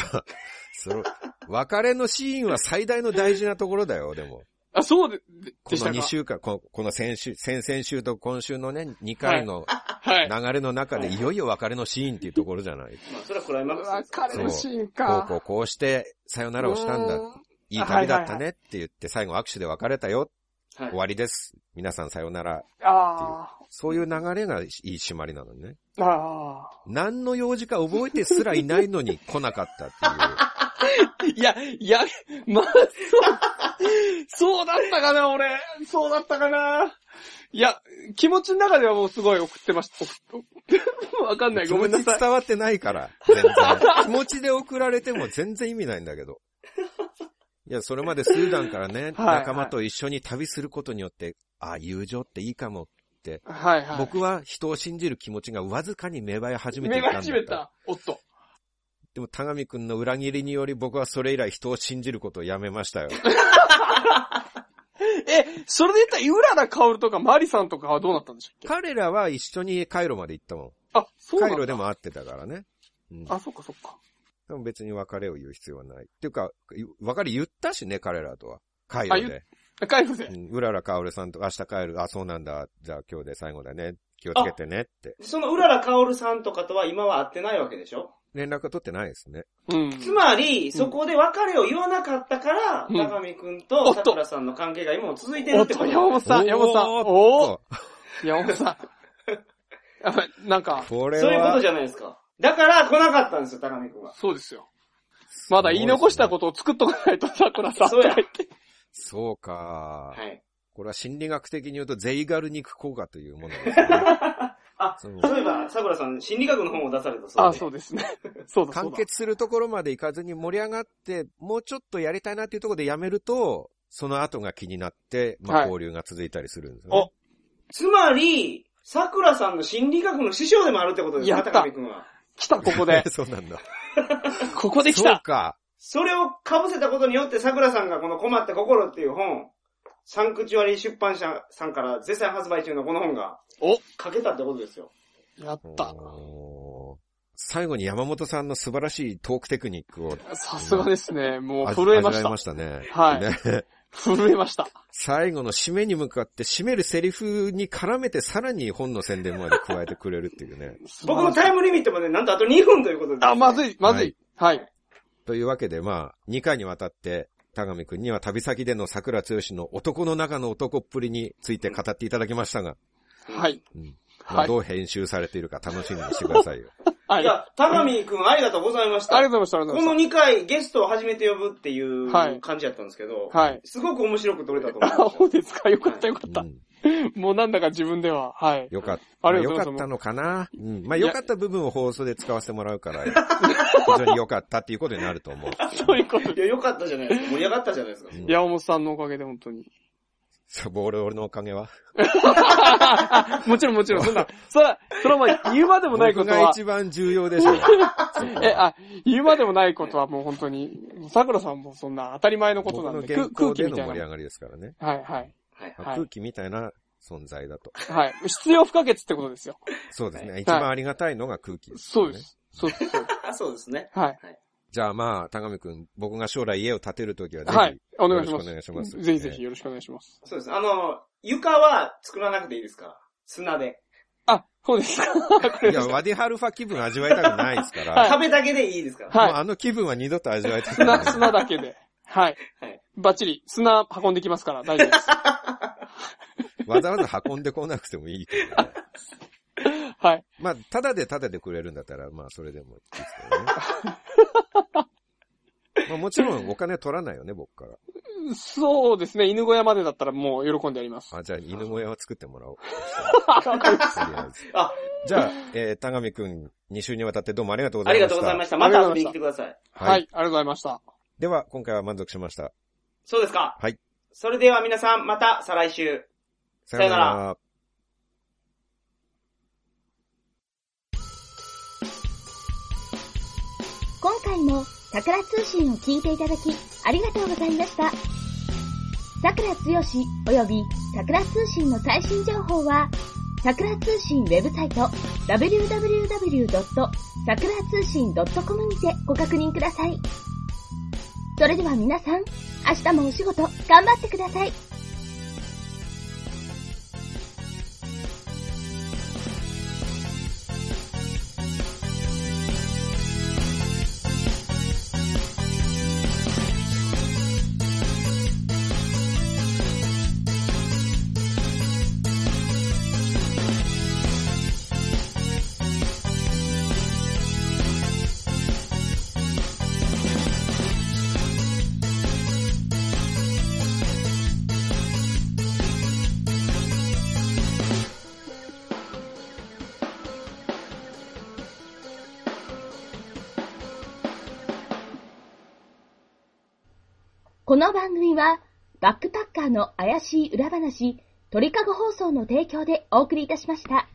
B: その、別れのシーンは最大の大事なところだよ、でも。
D: あ、そうで
B: この
D: でしたか
B: 2。週間、ここの先週、先々週と今週のね、2回の
D: はい。
B: 流れの中で、
C: はい
B: いよいよ別れのシーンっていうところじゃない。
C: まあ、それはクライマックスですから
D: 別れのシーン
B: こ
D: か。
B: うこうこうして、さよならをしたんだ
D: う。ーん
B: いい旅だったねって言って、最後握手で別れたよ。
C: はい
B: 終わりです。皆さんさよなら。
D: あ
B: そういう流れがいい締まりなのね。
D: あ、あ
B: 何の用事か覚えてすらいないのに来なかったって
D: あ。いや、いや、まあ、そう、そうだったかな、俺。そうだったかな。いや、気持ちの中ではもうすごい送って ました。送っわかんな
B: いう。
D: い、
B: 気
D: ご
B: 持
D: めんな
B: ち
D: さい。
B: 伝わってない から。全然。気持ちで送られても全然意味ないんだけ ど。いや、それまでスーダンからね、
D: はいはい
B: 仲間と一緒に旅することによって、ああ、友情っていいかも。
D: はいはい。
B: 僕は人を信じる気持ちがわずかに芽生え始めていたんだった。
D: めた。おっと。
B: でも、田上くんの裏切りにより僕はそれ以来人を信じることをやめました よ。
D: え、それで言ったら、うららかおるとかマリさんとかはどうなったんでしょう
B: 彼らは一緒にカイロまで行ったも
D: あ、そ
B: ん。
D: うな
B: カ
D: ん
B: イ
D: だ
B: ロでも会ってたからね。うん
D: あ、そっかそっか。
B: でも別に別れを言う必要はない。っていうか、ゆ別れ言ったしね、彼らとは。カイロで。
D: カイロで
B: う。んうららかおるさんと明日帰る。あ、そうなんだ。じゃあ今日で最後だね。気をつけてねって。
C: そのうららかおるさんとかとは今は会ってないわけでしょ
B: 連絡は取ってないですね。
D: うん。
C: つまり、そこで別れを言わなかったから、
D: うん
C: 高見くん
D: お
C: と
D: っと
C: 桜さんの関係が今も続いてる
D: おっ、
C: ってことと
D: 山本さん、山本さん。
B: おーっと
D: おお山本さん。やばい、なんか、
B: これは。
C: そういうことじゃないですか。だから来なかったんですよ、高見くんは。
D: そうですよ。まだ言い残したことを作っとかないと、桜さん。
C: そうや
D: とか言って
B: そうか。
C: はい。
B: これは心理学的に言う と、ゼイガル肉効果というものですね。
C: あ、
B: そ
C: そうういえば、桜さん、心理学の本を出されたそう
D: あ、
C: で。
D: そうですね。そうだ、そう
B: 完
D: だ。
B: 結するところまでいかずに盛り上がって、もうちょっとやりたいなっていうところでやめると、その後が気になって、まあ、
D: はい
B: 交流が続いたりするんですよね。。
D: お
C: つまり、桜さんの心理学の師匠でもあるってことです
D: や
C: か、
D: った
C: 高見くんは。
D: 来た、ここで
B: そうなんだ。
D: ここで
B: そ
D: 来
B: う
D: た。
B: か。
C: それを被せたことによって桜さんがこの困った心っていう本、サンクチュアリ出版社さんから絶賛発売中のこの本が
D: お
C: 書けたってことですよ。
D: やった。
B: おー最後に山本さんの素晴らしいトークテクニックを
D: さすがですね。もう
B: 味
D: 震えま
B: 味わ
D: し
B: い
D: た
B: ま。したね。
D: はい
B: ね
D: 震えました。
B: 最後の締めに向かって締めるセリフに絡めてさらに本の宣伝まで加えてくれるっていう ね。
C: 僕のタイムリミットまでなんとあと2分ということで。
D: あ、まずい、まずい。はい。
B: というわけでまあ、2回にわたって、田上くんには旅先での桜剛の男の中の男っぷりについて語っていただきましたが、
D: はい。
B: うんま
D: は
B: あ、
D: い。
B: どう編集されているか楽しみにしてくだ さいよ。
D: はいい。
C: や、高見くんありがとうございました。
D: ありがとうございました、ありがとうご
C: こ
D: ざい
C: の
D: まし
C: 2回ゲストを初めて呼ぶっていう
D: はい
C: 感じやったんですけど、
D: た。はい。
C: すごく面白く撮れたと思い
D: あ、
C: ま
D: そう
C: す。
D: ですか。よかった、よかった
B: う。ん
D: もうなんだか自分では、はい。
B: よかった。
D: ありがとうござ
B: ま
D: い
B: あよかっ
D: ます
B: たのかなうん。まあ、よかった部分を放送で使わせてもらうから、非常に良かったっていうことになると 思う。
D: そういうこと
C: いや、よかったじゃないですか。盛り上がったじゃないですか。
D: 山本さんのおかげで本当に。
B: そう、ボール俺のおかげは。
D: もちろんもちろん、そんな、そら、そらまあ言うまでもないこ
B: 僕
D: と
B: が
D: は、
B: 一番重要でしょ。
D: え、あ、言うまでもないことはもう本当に、桜さんもそんな当たり前のこと
B: 僕
D: なん
B: の
D: で、
B: 原
D: く
B: 稿
D: 空気
B: で
D: み
B: の
D: た
B: 盛
D: い
B: り
D: な。
B: 上がりですからね。
D: はいはい。
C: はい
B: あ
D: はい
B: 空気みたいな存在だと。
D: はい。必要不可欠ってことですよ。
B: そうですね。一番ありがたいのが空気です、ね。
D: そうで。す。そうです。 そうです
C: あ、そうですね。
D: はい。
B: じゃあまあ、高見くん、僕が将来家を建てるときはぜひ、
D: はい。お願いし
B: よろ
D: ま
B: しくお願いします
D: す。ぜひぜひよろしくお願いします。
C: そうです。あの、床は作らなくていいですから。砂で。
D: あ、そうですか。わかり
B: い
D: ま
B: や、
D: し
B: ワディハルファ気分味わいたくないですから、
D: はい
C: 壁だけでいいですから。
D: たはい
B: もう。あの気分は二度と味わいたくない
D: 砂、。砂だけで。はい
C: はい。
D: バッチリ、砂運んできますから、大丈夫 です。
B: わざわざ運んでこなくてもいいけど、ね。
D: はい。
B: まあ、ただでただでくれるんだったら、まあ、それでもいいですけどね。まあ、もちろんお金取らないよね、僕から。
D: そうですね、犬小屋までだったらもう喜んでや ります。
B: あ、じゃあ、犬小屋を作ってもらおう。とり
D: は
B: あえず。
C: あ
B: じゃあ、えー、田上くん、2週にわたってどうもありがとうござ
C: あ
B: い
C: り
B: ました。
C: がとうございま
B: し
C: した。また遊びに来てください。
D: い、ありがとうございました。
B: では、今回は満足しました。
C: そうですか。
B: はい。
C: それでは皆さん、また再来週。
B: さよな
C: さよ
B: ら。
A: 今回も桜通信を聞いていただきありがとうございました。桜つよし及び桜通信の最新情報は桜通信ウェブサイト www.sakura 通信 .com にてご確認ください。それでは皆さん、明日もお仕事頑張ってください。この番組はバックパッカーの怪しい裏話鳥かご放送の提供でお送りいたしました。